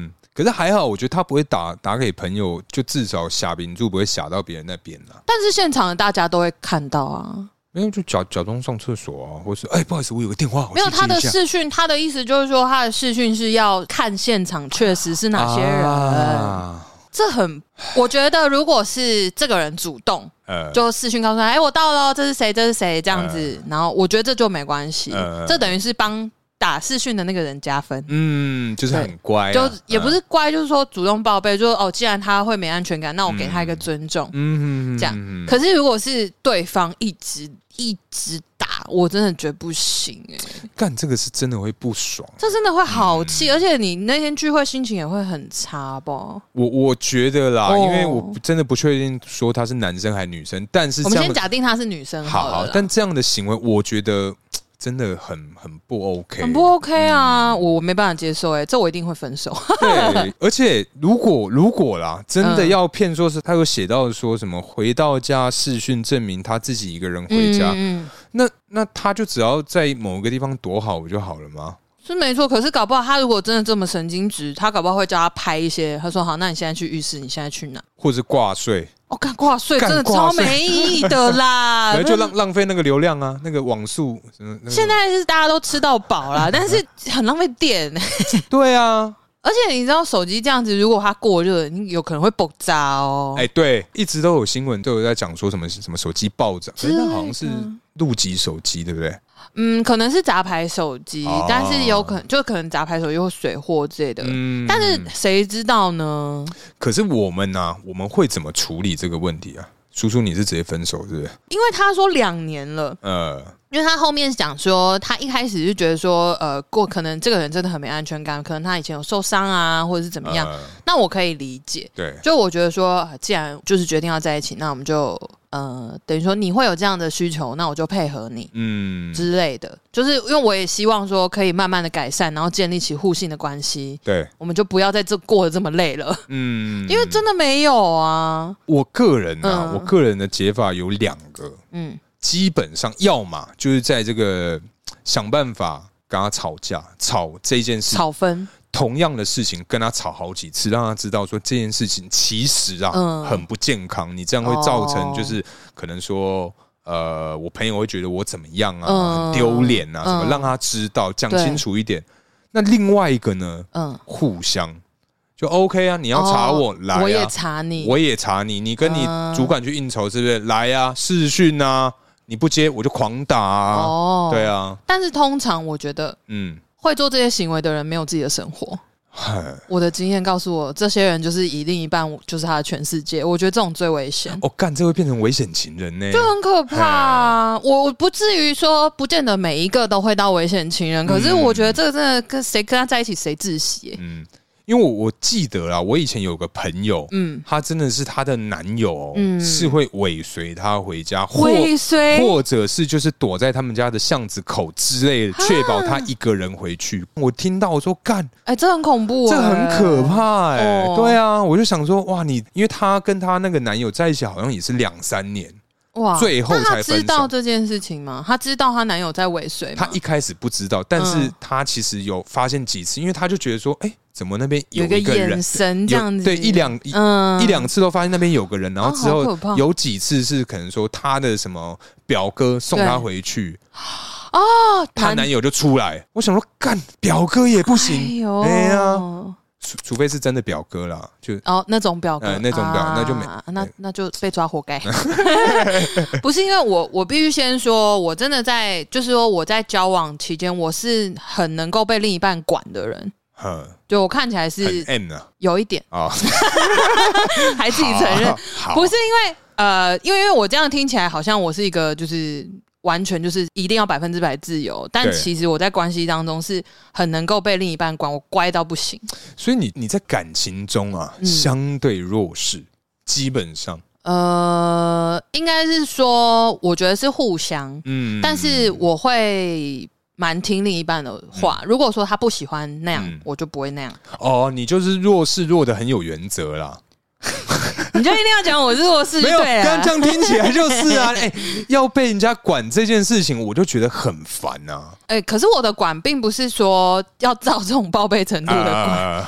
Speaker 2: 嗯，可是还好，我觉得他不会打打给朋友，就至少下名注不会下到别人那边啦、
Speaker 3: 但是现场的大家都会看到啊。
Speaker 2: 没有就假假装上厕所啊，或是哎、不好意思，我有个电话，我
Speaker 3: 没有
Speaker 2: 去接
Speaker 3: 他的
Speaker 2: 一下
Speaker 3: 视讯，他的意思就是说，他的视讯是要看现场确实是哪些人。
Speaker 2: 啊
Speaker 3: 这很，我觉得如果是这个人主动
Speaker 2: 呃，
Speaker 3: 就视讯告诉他，哎、我到了哦，这是谁，这是谁这样子，然后我觉得这就没关系，
Speaker 2: 嗯
Speaker 3: 这等于是帮打视讯的那个人加分。
Speaker 2: 嗯，就是很乖啊、
Speaker 3: 就也不
Speaker 2: 嗯
Speaker 3: 是乖，就是说主动报备，就是哦，既然他会没安全感，那我给他一个尊重。
Speaker 2: 嗯
Speaker 3: 这样
Speaker 2: 嗯嗯
Speaker 3: 可是如果是对方一直一直打，我真的觉得不行哎、
Speaker 2: 干这个是真的会不爽。
Speaker 3: 这真的会好气，而且你那天聚会心情也会很差吧？
Speaker 2: 我我觉得啦，
Speaker 3: 哦
Speaker 2: 因为我不真的不确定说他是男生还是女生，但是
Speaker 3: 我
Speaker 2: 这
Speaker 3: 们
Speaker 2: 样
Speaker 3: 先
Speaker 2: 的
Speaker 3: 假定她是女生
Speaker 2: 好
Speaker 3: 了啦
Speaker 2: 好，但这样的行为，我觉得嘖真的很很不 OK，
Speaker 3: 很不 OK 啊，我我没办法接受哎、这我一定会分手。
Speaker 2: 对，而且如果如果啦，真的
Speaker 3: 嗯
Speaker 2: 要骗，说是他有写到说什么回到家视讯证明他自己一个人 回家，
Speaker 3: 嗯嗯嗯
Speaker 2: 那那他就只要在某个地方躲好不就好了吗？
Speaker 3: 是没错，可是搞不好他如果真的这么神经质，他搞不好会叫他拍一些。他说好，那你现在去浴室，你现在去哪？
Speaker 2: 或者挂睡，
Speaker 3: 哦，干挂睡
Speaker 2: 干
Speaker 3: 真的
Speaker 2: 挂
Speaker 3: 超
Speaker 2: 睡
Speaker 3: 没意义的啦
Speaker 2: 然后，就浪浪费那个流量啊，那个网速，嗯那个
Speaker 3: 啊现在是大家都吃到饱啦，但是很浪费电。欸
Speaker 2: 对啊，
Speaker 3: 而且你知道手机这样子，如果它过热，你有可能会爆炸哦。
Speaker 2: 哎、对，一直都有新闻都有在讲说什么什么手机暴涨，可是那好像是
Speaker 3: 之类的
Speaker 2: 陆籍手机，对不对？
Speaker 3: 嗯，可能是杂牌手机，
Speaker 2: 哦
Speaker 3: 但是有可能就可能杂牌手机或水货之类的。
Speaker 2: 嗯，
Speaker 3: 但是谁知道呢？
Speaker 2: 可是我们呢、我们会怎么处理这个问题啊？叔叔，你是直接分手，对不对？
Speaker 3: 因为他说两年了，
Speaker 2: 呃。
Speaker 3: 因为他后面讲说，他一开始就觉得说，呃，过可能这个人真的很没安全感，可能他以前有受伤啊，或者是怎么样。
Speaker 2: 呃
Speaker 3: 那我可以理解，
Speaker 2: 对，
Speaker 3: 就我觉得说，呃既然就是决定要在一起，那我们就呃，等于说你会有这样的需求，那我就配合你。
Speaker 2: 嗯，
Speaker 3: 之类的，就是因为我也希望说可以慢慢的改善，然后建立起互信的关系，
Speaker 2: 对，
Speaker 3: 我们就不要在这过得这么累了，
Speaker 2: 嗯，
Speaker 3: 因为真的没有啊，
Speaker 2: 我个人啊，
Speaker 3: 嗯
Speaker 2: 我个人的解法有两个，
Speaker 3: 嗯
Speaker 2: 基本上要么就是在这个想办法跟他吵架，吵这件事，
Speaker 3: 吵分，
Speaker 2: 同样的事情跟他吵好几次，让他知道说这件事情其实啊、
Speaker 3: 嗯
Speaker 2: 很不健康，你这样会造成
Speaker 3: 哦
Speaker 2: 就是可能说。呃，我朋友会觉得我怎么样啊，
Speaker 3: 嗯
Speaker 2: 很丢脸啊，什么、
Speaker 3: 嗯
Speaker 2: 让他知道，讲
Speaker 3: 对
Speaker 2: 清楚一点。那另外一个呢，
Speaker 3: 嗯，
Speaker 2: 互相就 OK 啊，你要查我、
Speaker 3: 哦
Speaker 2: 来、啊，
Speaker 3: 我也查你，
Speaker 2: 我也查你，你跟你
Speaker 3: 嗯
Speaker 2: 主管去应酬是不是？来啊，视讯啊，你不接我就狂打啊，
Speaker 3: 哦
Speaker 2: 对啊，
Speaker 3: 但是通常我觉得
Speaker 2: 嗯，
Speaker 3: 会做这些行为的人没有自己的生活，
Speaker 2: 嗨
Speaker 3: 我的经验告诉我，这些人就是以另一半就是他的全世界，我觉得这种最危险。
Speaker 2: 哦，干这会变成危险情人呢、
Speaker 3: 就很可怕、啊。我我不至于说，不见得每一个都会到危险情
Speaker 2: 嗯
Speaker 3: 人，可是我觉得这个真的跟谁跟他在一起谁窒息、欸
Speaker 2: 嗯，因为我我记得啦，我以前有个朋友，
Speaker 3: 嗯，
Speaker 2: 她真的是她的男友、哦
Speaker 3: 嗯
Speaker 2: 是会尾随她回家，或
Speaker 3: 尾随
Speaker 2: 或者是就是躲在他们家的巷子口之类的，确保她一个人回去。我听到我说干。
Speaker 3: 哎、这很恐怖、欸，
Speaker 2: 这很可。怕哎、
Speaker 3: 哦
Speaker 2: 对啊，我就想说，哇，你因为她跟她那个男友在一起好像也是两三年，
Speaker 3: 哇
Speaker 2: 最后
Speaker 3: 那
Speaker 2: 才
Speaker 3: 她
Speaker 2: 分手
Speaker 3: 知道这件事情吗？她知道她男友在尾随吗
Speaker 2: 她？一开始不知道，但是
Speaker 3: 嗯
Speaker 2: 她其实有发现几次，因为她就觉得说，哎、怎么那边
Speaker 3: 有
Speaker 2: 一个人
Speaker 3: 眼神这
Speaker 2: 有
Speaker 3: 样子，
Speaker 2: 对一两一
Speaker 3: 嗯
Speaker 2: 一两次都发现那边有个人，然后
Speaker 3: 哦
Speaker 2: 之
Speaker 3: 好
Speaker 2: 后
Speaker 3: 可怕
Speaker 2: 有几次是可能说她的什么表哥送她
Speaker 3: 对
Speaker 2: 回去，
Speaker 3: 哦，
Speaker 2: 她男友就出来。我想说，干表哥也不行，
Speaker 3: 哎呦，
Speaker 2: 哎呀，除除非是真的表哥啦，就
Speaker 3: 哦，那种表格，
Speaker 2: 呃那种表
Speaker 3: 啊
Speaker 2: 那就没
Speaker 3: 那
Speaker 2: 对
Speaker 3: 那就被抓 活该。 不是因为我，我必须先说，我真的在，就是说我在交往期间，我是很能够被另一半管的人。
Speaker 2: 很
Speaker 3: 就我看起来
Speaker 2: 很
Speaker 3: 是
Speaker 2: M 啊
Speaker 3: 有一点，
Speaker 2: 啊，
Speaker 3: 还自己承认，
Speaker 2: 好，好
Speaker 3: 不是因为呃，因为因为我这样听起来好像我是一个就是完全就是一定要百分之百自由，但
Speaker 2: 对
Speaker 3: 其实我在关系当中是很能够被另一半管，我乖到不行。
Speaker 2: 所以你你在感情中啊，
Speaker 3: 嗯
Speaker 2: 相对弱势，基本上，
Speaker 3: 呃，应该是说，我觉得是互相，
Speaker 2: 嗯
Speaker 3: 但是我会蛮听另一半的话。如果说他不喜欢那样，
Speaker 2: 嗯
Speaker 3: 我就不会那样。
Speaker 2: 哦，你就是弱势弱的很有原则啦，
Speaker 3: 你就一定要讲我是弱 势，
Speaker 2: 没有，
Speaker 3: 对
Speaker 2: 啊
Speaker 3: 啊
Speaker 2: 刚
Speaker 3: 了
Speaker 2: 刚这。样听起来就是 啊，哎、要被人家管这件事情，我就觉得很烦啊呐、
Speaker 3: 哎、可是我的管并不是说要照这种报备程
Speaker 2: 啊。
Speaker 3: 度的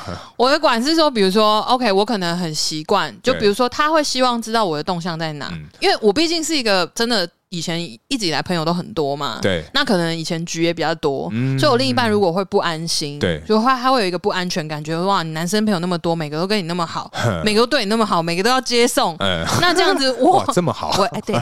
Speaker 3: 管，我的管是说，比如说，OK，我可能很习惯，就
Speaker 2: 对
Speaker 3: 比如说，他会希望知道我的动向在哪，
Speaker 2: 嗯
Speaker 3: 因为我毕竟是一个真的以前一直以来朋友都很多嘛，，
Speaker 2: 对，
Speaker 3: 那可能以前局也比较多，
Speaker 2: 嗯
Speaker 3: 所以我另一半如果会不安心，
Speaker 2: 对
Speaker 3: 就会他会有一个不安全感觉，哇，你男生朋友那么多，每个都跟你那 么好，每个都对你那么好，每个都要接送，
Speaker 2: 嗯、
Speaker 3: 那这样子
Speaker 2: 哇
Speaker 3: 我，
Speaker 2: 这么好，
Speaker 3: 我哎、对，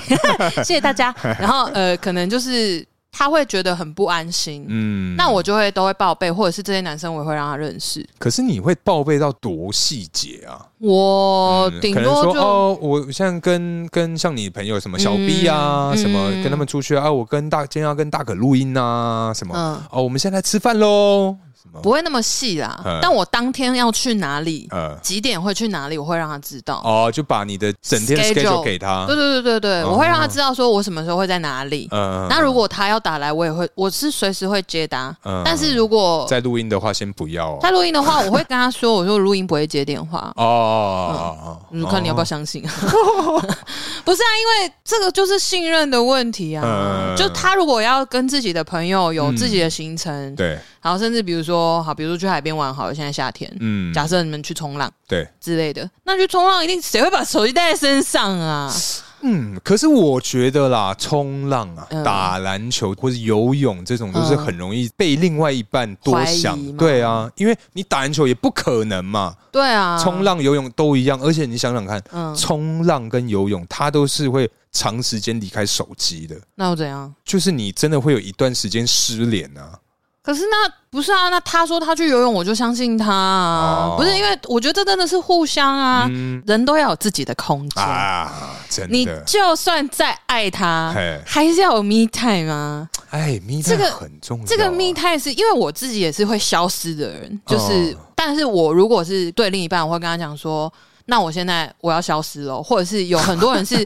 Speaker 3: 谢谢 大家，然后呃，可能就是他会觉得很不安心。
Speaker 2: 嗯，
Speaker 3: 那我就会都会报备，或者是这些男生我也会让他认识。
Speaker 2: 可是你会报备到多细节啊？
Speaker 3: 我
Speaker 2: 嗯
Speaker 3: 顶
Speaker 2: 可能
Speaker 3: 多
Speaker 2: 说
Speaker 3: 就、
Speaker 2: 哦，我像跟跟像你朋友什么小 B 啊，
Speaker 3: 嗯
Speaker 2: 什么
Speaker 3: 嗯
Speaker 2: 跟他们出去啊，我跟大今天要跟大可录音啊，什么、
Speaker 3: 嗯
Speaker 2: 哦，我们现在吃饭喽，什么
Speaker 3: 不会那么细啦
Speaker 2: 嗯。
Speaker 3: 但我当天要去哪里，
Speaker 2: 呃
Speaker 3: 几点会去哪里，我会让他知道。
Speaker 2: 哦，就把你的整天的
Speaker 3: Schedule
Speaker 2: schedule 给他，
Speaker 3: 对对对对对，
Speaker 2: 哦
Speaker 3: 我会让他知道说我什么时候会在哪里。
Speaker 2: 嗯
Speaker 3: 那如果他要打来，我也会，我是随时会接答。
Speaker 2: 嗯
Speaker 3: 但是如果
Speaker 2: 在录音的话，先不要哦
Speaker 3: 在录音的话，我会跟他说，我说录音不会接电话。
Speaker 2: 哦哦，哦
Speaker 3: 你看你要不要相信？ 不是啊，因为这个就是信任的问题啊。
Speaker 2: 嗯
Speaker 3: 就他如果要跟自己的朋友有
Speaker 2: 嗯
Speaker 3: 自己的行程，
Speaker 2: 对，
Speaker 3: 然后甚至比如说，好，比如说去海边玩好了，现在夏天，
Speaker 2: 嗯，
Speaker 3: 假设你们去冲浪
Speaker 2: 对，
Speaker 3: 之类的，那去冲浪一定谁会把手机带在身上 啊？
Speaker 2: 嗯，可是我觉得啦，冲浪啊、
Speaker 3: 嗯
Speaker 2: 打篮球或者游泳这种，都是很容易被另外一半多想
Speaker 3: 怀疑。吗
Speaker 2: 对啊，因为你打篮球也不可能嘛，
Speaker 3: 对啊，
Speaker 2: 冲，浪、游泳都一样。而且你想想看，
Speaker 3: 嗯，
Speaker 2: 冲浪跟游泳，它都是会长时间离开手机的，
Speaker 3: 那又怎样？
Speaker 2: 就是你真的会有一段时间失联啊。
Speaker 3: 可是那不是啊，那他说他去游泳，我就相信他啊，
Speaker 2: 哦
Speaker 3: 不是因为我觉得这真的是互相啊，
Speaker 2: 嗯
Speaker 3: 人都要有自己的空间。
Speaker 2: 啊，真
Speaker 3: 你
Speaker 2: 的，
Speaker 3: 就算再爱他
Speaker 2: 嘿，
Speaker 3: 还是要有 me time 啊。
Speaker 2: 哎，me
Speaker 3: 这
Speaker 2: time
Speaker 3: 个
Speaker 2: 很重要啊。
Speaker 3: 这个 me time 是因为我自己也是会消失的人，就是，
Speaker 2: 哦
Speaker 3: 但是我如果是对另一半，我会跟他讲说，那我现在我要消失了，或者是有很多 人是。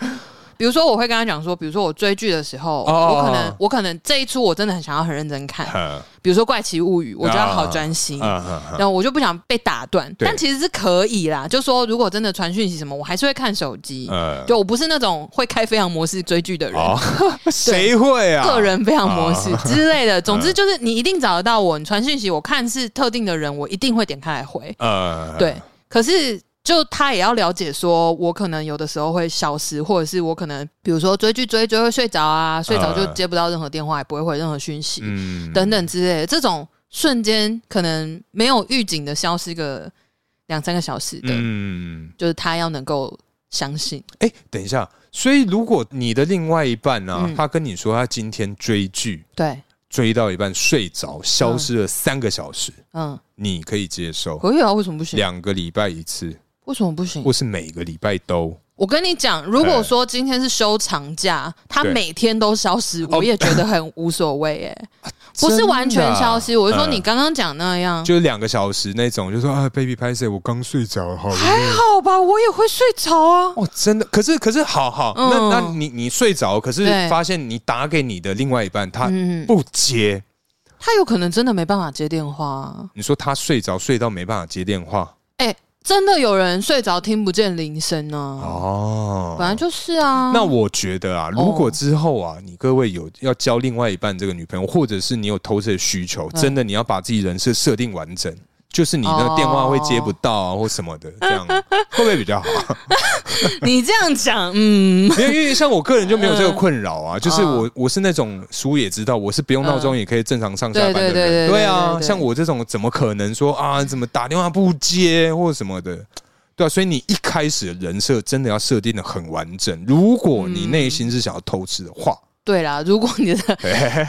Speaker 3: 比如说，我会跟他讲说，比如说我追剧的时候，
Speaker 2: 哦
Speaker 3: 我可能我可能这一出我真的很想要很认 真看，
Speaker 2: 嗯，
Speaker 3: 比如说《怪奇物语》，我就要好专心，
Speaker 2: 嗯嗯嗯
Speaker 3: 然后我就不想被打断。
Speaker 2: 对
Speaker 3: 但其实是可以啦，就说如果真的传讯息什么，我还是会看手机。
Speaker 2: 嗯，
Speaker 3: 就我不是那种会开飞行模式追剧的人，
Speaker 2: 哦，谁会啊？
Speaker 3: 个人飞行模式
Speaker 2: 啊
Speaker 3: 之类 的。总之就是你一定找得到我，你传讯息，我看是特定的人，我一定会点开来回。
Speaker 2: 呃，
Speaker 3: 对，可是。就他也要了解，说我可能有的时候会消失，或者是我可能，比如说追剧追一追会睡着啊，睡着就接不到任何电话，也不会回任何讯息，
Speaker 2: 嗯
Speaker 3: 等等之类的。这种瞬间可能没有预警的消失个两三个小时的，
Speaker 2: 嗯，
Speaker 3: 就是他要能够相信。
Speaker 2: 哎、等一下，所以如果你的另外一半呢、啊，
Speaker 3: 嗯
Speaker 2: 他跟你说他今天追剧
Speaker 3: 对，
Speaker 2: 追到一半睡着，消失了三个小时，
Speaker 3: 嗯，
Speaker 2: 你可以接受？
Speaker 3: 可以嗯啊，为什么不行？
Speaker 2: 两个礼拜一次，
Speaker 3: 为什么不行？
Speaker 2: 或是每个礼拜都？
Speaker 3: 我跟你讲，如果说今天是休长假，他
Speaker 2: 哎对哦
Speaker 3: 每天都消失，我也觉得很无所谓 哎、不
Speaker 2: 真
Speaker 3: 是
Speaker 2: 的啊
Speaker 3: 完全消失。我是说
Speaker 2: 嗯
Speaker 3: 你刚刚讲那样，
Speaker 2: 就是两个小时那种，就说啊，baby 拍谁？我刚睡着，好。
Speaker 3: 还好吧，我也会睡着啊。
Speaker 2: 哦，真的，可是可是，好好，
Speaker 3: 嗯
Speaker 2: 那那你你睡着，可是
Speaker 3: 对
Speaker 2: 发现你打给你的另外一半，他
Speaker 3: 嗯，
Speaker 2: 不接，
Speaker 3: 他有可能真的没办法接电话、啊。
Speaker 2: 你说他睡着睡到没办法接电话，
Speaker 3: 哎、真的有人睡着听不见铃声呢、
Speaker 2: 哦，
Speaker 3: 本来就是啊。
Speaker 2: 那我觉得啊，如果之后啊，你各位有要交另外一半这个女朋友，或者是你有偷这个需求，
Speaker 3: 嗯
Speaker 2: 真的你要把自己人设设定完整，就是你那
Speaker 3: 哦
Speaker 2: 个电话会接不到啊，或什么的，这 样会不会比较好？
Speaker 3: 你这样讲，嗯，
Speaker 2: 没有，因为像我个人就没有这个困扰啊，就是
Speaker 3: 哦
Speaker 2: 我我是那种书也知道，我是不用闹钟也可以正常上下班的
Speaker 3: 嗯对对对对
Speaker 2: 人，
Speaker 3: 对
Speaker 2: 对啊
Speaker 3: 对，对
Speaker 2: 像我这种怎么可能说啊，怎么打电话不接或什么的？对啊，所以你一
Speaker 3: 嗯
Speaker 2: 开始的人设真的要设定的很完整。如果你内心是想要偷吃的话，
Speaker 3: 对啦，如果你 的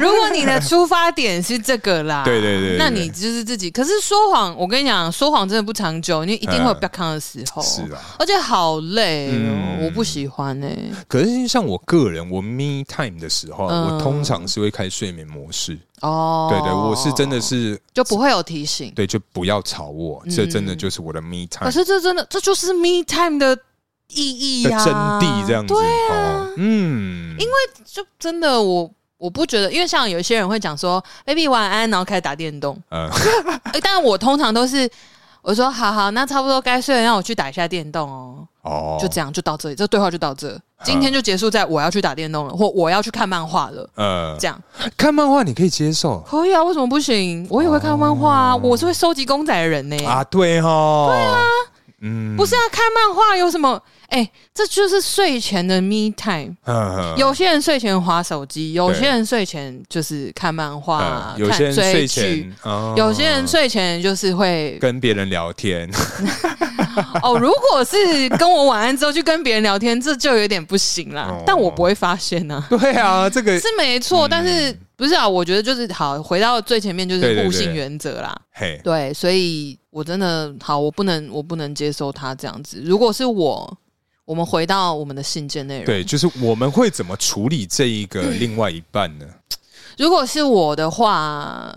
Speaker 3: 如果你的出发点是这个啦，
Speaker 2: 对对对对对
Speaker 3: 啊那你就是自己。可是说谎，我跟你讲，说谎真的不长久，你一定会有
Speaker 2: 嗯
Speaker 3: 不康的时候，
Speaker 2: 是啊
Speaker 3: 而且好累哦、
Speaker 2: 嗯
Speaker 3: 我不喜欢哎、
Speaker 2: 可是像我个人，我 me time 的时候啊，
Speaker 3: 嗯
Speaker 2: 我通常是会开睡眠模式。
Speaker 3: 哦，
Speaker 2: 对对，我是真的是
Speaker 3: 就不会有提醒。
Speaker 2: 对，就不要吵我，这真的就是我的 me
Speaker 3: 嗯可
Speaker 2: time
Speaker 3: 是这真的，这就是 me time 的意义
Speaker 2: 的
Speaker 3: 呀、
Speaker 2: 真谛，这样子。
Speaker 3: 对啊
Speaker 2: 哦，嗯，因为
Speaker 3: 就真的我。我不觉得，因为像有一些人会讲说 “baby 晚安”，然后开始打电动。
Speaker 2: 呃，
Speaker 3: 欸但我通常都是我说“好好，那差不多该睡了，让我去打一下电动哦。”
Speaker 2: 哦，
Speaker 3: 就这样，就到这里，这对话就到这，今天就结束在我要去打电动
Speaker 2: 嗯
Speaker 3: 了，或我要去看漫画了。
Speaker 2: 呃，
Speaker 3: 这样
Speaker 2: 看漫画你可以接受
Speaker 3: 可以啊？为什么不行？我也会看漫画啊，我是会收集公仔的人呢、
Speaker 2: 嗯啊？对哈，对啊，嗯，
Speaker 3: 不是啊，看漫画有什么？哎、这就是睡前的 me time。
Speaker 2: 嗯，
Speaker 3: 有些人睡前划手机，有
Speaker 2: 对
Speaker 3: 些人睡前就是看漫画、
Speaker 2: 嗯
Speaker 3: 啊，
Speaker 2: 有些人
Speaker 3: 看
Speaker 2: 睡
Speaker 3: 追剧
Speaker 2: 前，，哦
Speaker 3: 有些人睡前就是会
Speaker 2: 跟别人聊 天，
Speaker 3: 哦。如果是跟我晚安之后去跟别人聊天，这就有点不行啦。
Speaker 2: 哦
Speaker 3: 但我不会发现呢、
Speaker 2: 对啊，这个
Speaker 3: 是没错，
Speaker 2: 嗯
Speaker 3: 但是不是啊？我觉得就是好，回到最前面就
Speaker 2: 对对
Speaker 3: 是
Speaker 2: 对
Speaker 3: 互信原则啦。
Speaker 2: 嘿，
Speaker 3: 对，所以我真的好，我不能，我不能接受他这样子。如果是我，我们回到我们的信件内容。
Speaker 2: 对，就是我们会怎么处理这一个另外一半呢？
Speaker 3: 如果是我的话，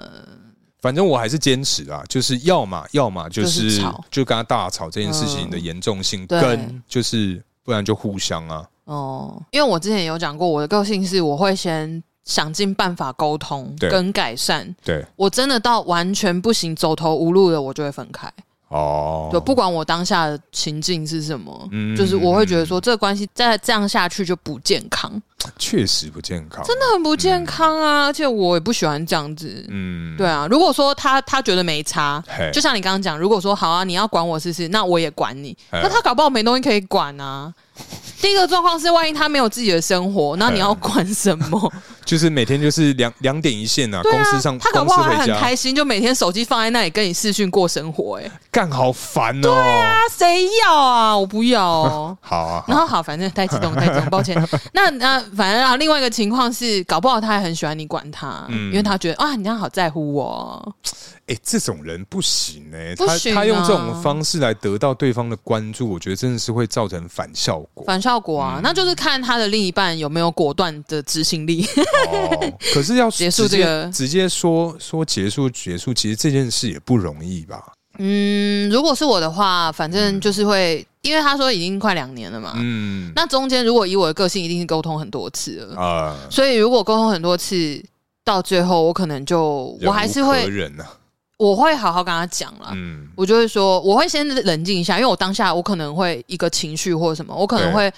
Speaker 2: 反正我还是坚持啦，就是要嘛要嘛就
Speaker 3: 就是是吵嗯
Speaker 2: 就跟他大吵这件事情的严重性，
Speaker 3: 对
Speaker 2: 跟就是不然就互相啊，
Speaker 3: 哦、因为我之前有讲过，我的个性是我会先想尽办法沟通
Speaker 2: 对
Speaker 3: 跟改善。
Speaker 2: 对，
Speaker 3: 我真的到完全不行、走投无路了，我就会分开。
Speaker 2: 哦，
Speaker 3: 对，不管我当下的情境是什么，
Speaker 2: 嗯
Speaker 3: 就是我会觉得说，这个关系再这样下去就不健康，
Speaker 2: 确实不健康，
Speaker 3: 真的很不健康啊！而且我也不喜欢这样子。
Speaker 2: 嗯，哎
Speaker 3: 对啊，如果说他他觉得没差，
Speaker 2: 嘿，
Speaker 3: 就像你刚刚讲，如果说好啊，你要管我试试，那我也管你。
Speaker 2: 哎
Speaker 3: 那他搞不好没东西可以管啊。第一个状况是，万一他没有自己的生
Speaker 2: 哎
Speaker 3: 活，那你要管 什么？
Speaker 2: 就是每天就是两两点一线啊，
Speaker 3: 对
Speaker 2: 公
Speaker 3: 啊
Speaker 2: 司上，
Speaker 3: 他搞
Speaker 2: 公
Speaker 3: 不
Speaker 2: 司
Speaker 3: 好还
Speaker 2: 回
Speaker 3: 很
Speaker 2: 家
Speaker 3: 开心，就每天手机放在那里跟你视讯过生活、哎，
Speaker 2: 干好烦哦，
Speaker 3: 那谁要啊？我不要 哦。
Speaker 2: 好啊，
Speaker 3: 然后好，反正太激动，太激动，抱歉。那那反正啊，另外一个情况是，搞不好他还很喜欢你管他，
Speaker 2: 嗯
Speaker 3: 因为他觉得啊，你这样好在乎我。
Speaker 2: 哎，这种人不行哎，
Speaker 3: 不
Speaker 2: 他
Speaker 3: 行
Speaker 2: 他用这种
Speaker 3: 啊
Speaker 2: 方式来得到对方的关注，我觉得真的是会造成反效果
Speaker 3: 反效果
Speaker 2: 嗯
Speaker 3: 啊，那就是看他的另一半有没有果断的执 行力。
Speaker 2: 哦。可是要
Speaker 3: 结束
Speaker 2: 直接
Speaker 3: 这个
Speaker 2: 直接说说结束结束，其实这件事也不容易吧？
Speaker 3: 嗯，如果是我的话，反正就是会，因为他说已经快两年了嘛，
Speaker 2: 嗯，
Speaker 3: 那中间如果以我的个性，一定是沟通很多次了，
Speaker 2: 啊，
Speaker 3: 所以如果沟通很多次，到最后我可能就我还是
Speaker 2: 忍无可
Speaker 3: 会，啊
Speaker 2: 忍啊，
Speaker 3: 我会好好跟他讲啦。
Speaker 2: 嗯，
Speaker 3: 我就会说，我会先冷静一下，因为我当下我可能会一个情绪或者什么，我可能
Speaker 2: 对
Speaker 3: 会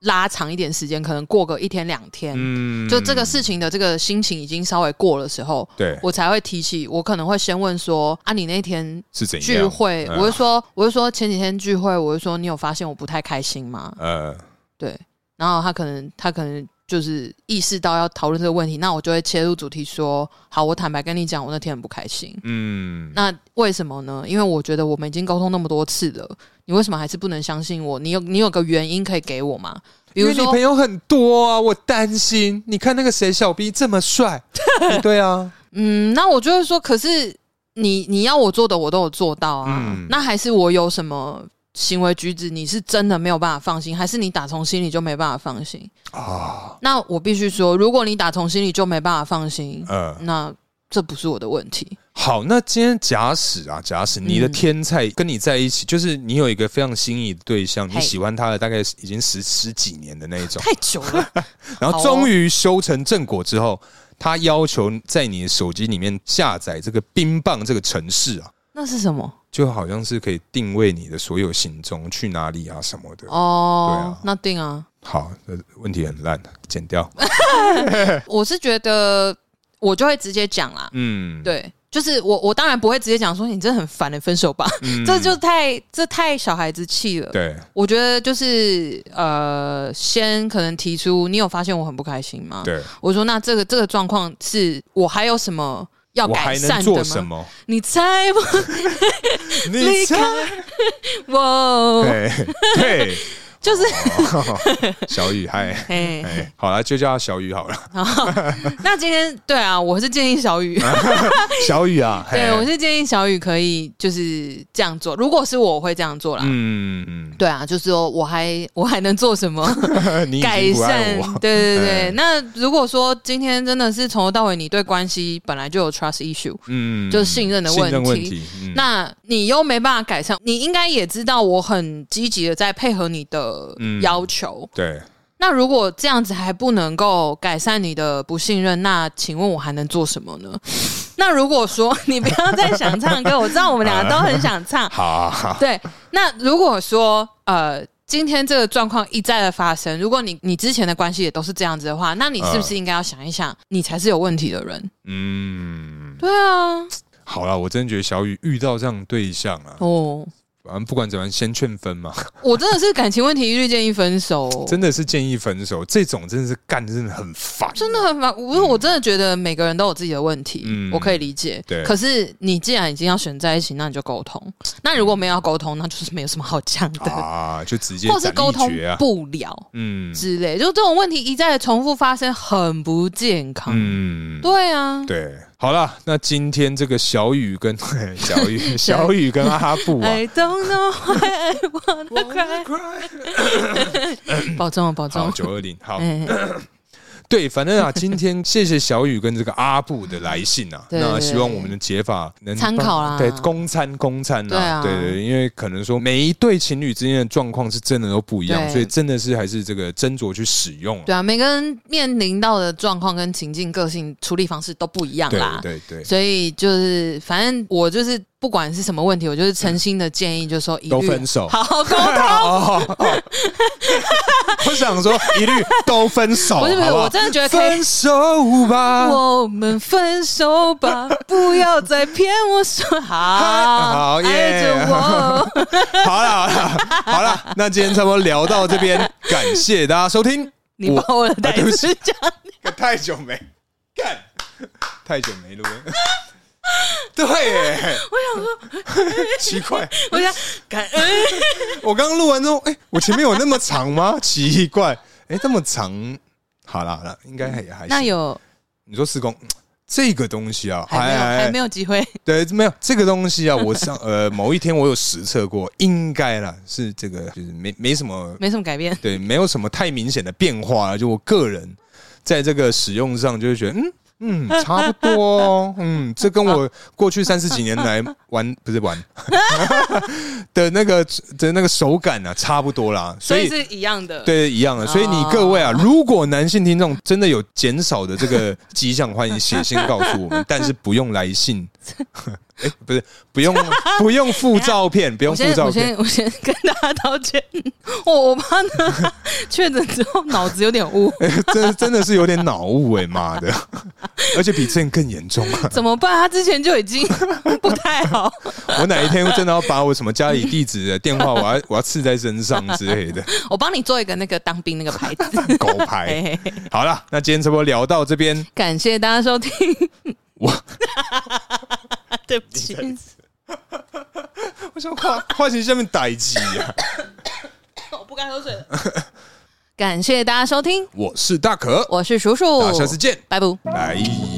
Speaker 3: 拉长一点时间，可能过个一天两天，
Speaker 2: 嗯
Speaker 3: 就这个事情的这个心情已经稍微过了时候，
Speaker 2: 对
Speaker 3: 我才会提起，我可能会先问说啊，你那天
Speaker 2: 是怎样
Speaker 3: 聚会，
Speaker 2: 嗯
Speaker 3: 我就说，我就说前几天聚会，我就说你有发现我不太开心吗？
Speaker 2: 呃，
Speaker 3: 对，然后他可能他可能就是意识到要讨论这个问题，那我就会切入主题说，好，我坦白跟你讲，我那天很不开心。
Speaker 2: 嗯，
Speaker 3: 那为什么呢？因为我觉得我们已经沟通那么多次了，你为什么还是不能相信我？你有你有个原因可以给我吗？比
Speaker 2: 因
Speaker 3: 如
Speaker 2: 为你
Speaker 3: 说
Speaker 2: 朋，友很多啊，我担心。你看那个谁小 B 这么 帅，对啊，
Speaker 3: 嗯，那我就会说，可是你你要我做的我都有做到啊，
Speaker 2: 嗯
Speaker 3: 那还是我有什么行为举止你是真的没有办法放心，还是你打从心里就没办法放心？
Speaker 2: 啊，
Speaker 3: 那我必须说，如果你打从心里就没办法放心，
Speaker 2: 呃，
Speaker 3: 那这不是我的问 题。
Speaker 2: 好，那今天假使啊，假使你的天菜跟你在一起，就是你有一个非常心仪的对象，
Speaker 3: 嘿
Speaker 2: 你喜欢他的大概已经十十几年的那一种，
Speaker 3: 太久了，
Speaker 2: 然后终于修成正果之后，他要求在你的手机里面下载这个冰棒这个城市啊。
Speaker 3: 那是什么？
Speaker 2: 就好像是可以定位你的所有行踪，去哪里啊什么的。
Speaker 3: 哦
Speaker 2: 对啊，
Speaker 3: 那定啊。
Speaker 2: 好，呃问题很烂，剪掉。
Speaker 3: 我是觉得我就会直接讲啦，
Speaker 2: 嗯，
Speaker 3: 对，就是我我当然不会直接讲说你真的很烦的分手吧，
Speaker 2: 嗯
Speaker 3: 这就太这太小孩子气了。
Speaker 2: 对，
Speaker 3: 我觉得就是呃，先可能提出你有发现我很不开心吗？
Speaker 2: 对，
Speaker 3: 我说那这个这个状况是我还有什么要
Speaker 2: 我
Speaker 3: 改
Speaker 2: 还能
Speaker 3: 善
Speaker 2: 做
Speaker 3: 的
Speaker 2: 什
Speaker 3: 吗？
Speaker 2: 么？
Speaker 3: 你猜 不
Speaker 2: 你
Speaker 3: 开
Speaker 2: 猜？哎
Speaker 3: 我
Speaker 2: 对对，
Speaker 3: 就是
Speaker 2: 小雨，嗨，
Speaker 3: 哎、
Speaker 2: 哎，好了，就叫他小雨好 了。
Speaker 3: 那今天对啊，我是建议小雨，
Speaker 2: 哎小雨啊，嘿
Speaker 3: 对我是建议小雨可以就是这样做。如果是我，我会这样做啦。
Speaker 2: 嗯 嗯
Speaker 3: 对啊，就是说我还我还能做什么
Speaker 2: 嗯， 你已
Speaker 3: 改
Speaker 2: 经不爱
Speaker 3: 善
Speaker 2: 我？，哎
Speaker 3: 对对对。那如果说今天真的是从头到尾你对关系本来就有 trust issue，
Speaker 2: 嗯，
Speaker 3: 就是信任的
Speaker 2: 信任
Speaker 3: 问
Speaker 2: 问
Speaker 3: 题
Speaker 2: 题，嗯
Speaker 3: 那你又没办法改善，你应该也知道我很积极的在配合你的
Speaker 2: 嗯
Speaker 3: 要求。
Speaker 2: 对，，
Speaker 3: 那如果这样子还不能够改善你的不信任，那请问我还能做什么呢？ 那如果说你不要再想唱歌，我知道我们两个都很想唱
Speaker 2: 好好，好
Speaker 3: 对。那如果说呃。今天这个状况一再的发生，如果你你之前的关系也都是这样子的话，那你是不是应该要想一想，你才是有问题的人？
Speaker 2: 嗯，
Speaker 3: 对啊，
Speaker 2: 好了，我真的觉得小雨遇到这样对象啊，
Speaker 3: 哦，
Speaker 2: 反正不管怎么样，先劝分嘛，
Speaker 3: 我真的是感情问题一律建议分手、
Speaker 2: 真的是建议分手，这种真的是干，真的很烦，啊
Speaker 3: 真的很烦。我我真的觉得每个人都有自己的问题，
Speaker 2: 嗯
Speaker 3: 我可以理解。
Speaker 2: 对
Speaker 3: 可是你既然已经要选在一起，那你就沟通。那如果没有要沟通，那就是没有什么好讲的，
Speaker 2: 啊，就嗯直接
Speaker 3: 或是
Speaker 2: 斩
Speaker 3: 沟
Speaker 2: 立
Speaker 3: 通
Speaker 2: 决啊，
Speaker 3: 不了
Speaker 2: 嗯
Speaker 3: 之类。就这种问题一再的重复发生，很不健康。
Speaker 2: 嗯，
Speaker 3: 对 啊，
Speaker 2: 对，好了，那今天这个小雨跟 小 雨、小雨跟阿布啊。
Speaker 3: I don't know why I wanna cry 。保重，保
Speaker 2: 好，
Speaker 3: 重。
Speaker 2: 九二零，好，
Speaker 3: 哎，
Speaker 2: 对，反正啊，今天谢谢小雨跟这个阿布的来信啊，
Speaker 3: 对对
Speaker 2: 那
Speaker 3: 对
Speaker 2: 希望我们的解法能
Speaker 3: 参
Speaker 2: 帮
Speaker 3: 考啦
Speaker 2: 对，供参供参
Speaker 3: 对啊
Speaker 2: 对对，因为可能说每一对情侣之间的状况是真的都不一样，
Speaker 3: 对
Speaker 2: 所以真的是还是这个斟酌去使用啊，
Speaker 3: 对啊，每个人面临到的状况跟情境、个性、处理方式都不一样
Speaker 2: 对
Speaker 3: 啦。
Speaker 2: 对对，
Speaker 3: 所以就是，反正我就是不管是什么问题，我就是诚心的建议，就是说一律
Speaker 2: 都分手
Speaker 3: 好好沟通。
Speaker 2: 哦，哦哦我想说一律都分手，
Speaker 3: 不是不是，
Speaker 2: 好好
Speaker 3: 我真的觉得可以
Speaker 2: 分，手吧，
Speaker 3: 我们分手 吧，不要再骗我说好，
Speaker 2: 好
Speaker 3: 爱
Speaker 2: 耶
Speaker 3: 着我。
Speaker 2: 好了好了好了，那今天差不多聊到这边，感谢大家收听。
Speaker 3: 你把我
Speaker 2: 啊
Speaker 3: 的
Speaker 2: 对
Speaker 3: 台
Speaker 2: 不
Speaker 3: 词
Speaker 2: 起，
Speaker 3: 讲，
Speaker 2: 太久没干，太久没录了。 对耶，我想说 奇怪，
Speaker 3: 我想感恩，
Speaker 2: 我刚录完之后，哎、我前面有那么长吗？ 奇怪，哎、这么长，好了好了，应该还还行
Speaker 3: 那有
Speaker 2: 你说施工这个东西啊，
Speaker 3: 还没有
Speaker 2: 哎哎
Speaker 3: 还没有机会？
Speaker 2: 对，没有这个东西啊，我上 呃某一天我有实测过，应该啦是这个就是没没什么
Speaker 3: 没什么改变。
Speaker 2: 对，没有什么太明显的变化啊，就我个人在这个使用上就会觉得嗯。嗯，差不多哦。嗯，这跟 我过去三十几年来玩不是玩 的那个的那个手感啊，差不多啦。所
Speaker 3: 所
Speaker 2: 以
Speaker 3: 以是哦一样的，
Speaker 2: 对一样的。所以你各位啊，如果男性听众真的有减少的这个迹象，欢迎写信告诉我 们，但是不用来信。 哎、不是，不 用不用附照片，不用
Speaker 3: 我
Speaker 2: 附
Speaker 3: 先
Speaker 2: 照
Speaker 3: 我
Speaker 2: 片。
Speaker 3: 先我先跟大家道歉， 我我怕呢确诊之后脑子有点 雾，
Speaker 2: 这真的是有点脑雾哎，妈的！ 而且比之前更严重 啊！
Speaker 3: 怎么办？他之前就已经 不太好，
Speaker 2: 我哪一天真的要把我什么家里地址、的电话，我要我要刺在身上之类 的，
Speaker 3: 我帮你做一个那个当兵那个牌 子。
Speaker 2: 狗
Speaker 3: 嘿
Speaker 2: 牌。
Speaker 3: 嘿嘿
Speaker 2: 好了，那今天差不多聊到这 边，
Speaker 3: 感谢大家收听，
Speaker 2: 我
Speaker 3: 对不起，
Speaker 2: 我想花花钱下面逮鸡啊！
Speaker 3: 我哦不该喝水了。 感谢大家收听，
Speaker 2: 我是大可，
Speaker 3: 我是叔叔，
Speaker 2: 大家下次见，
Speaker 3: 拜拜。
Speaker 2: 拜。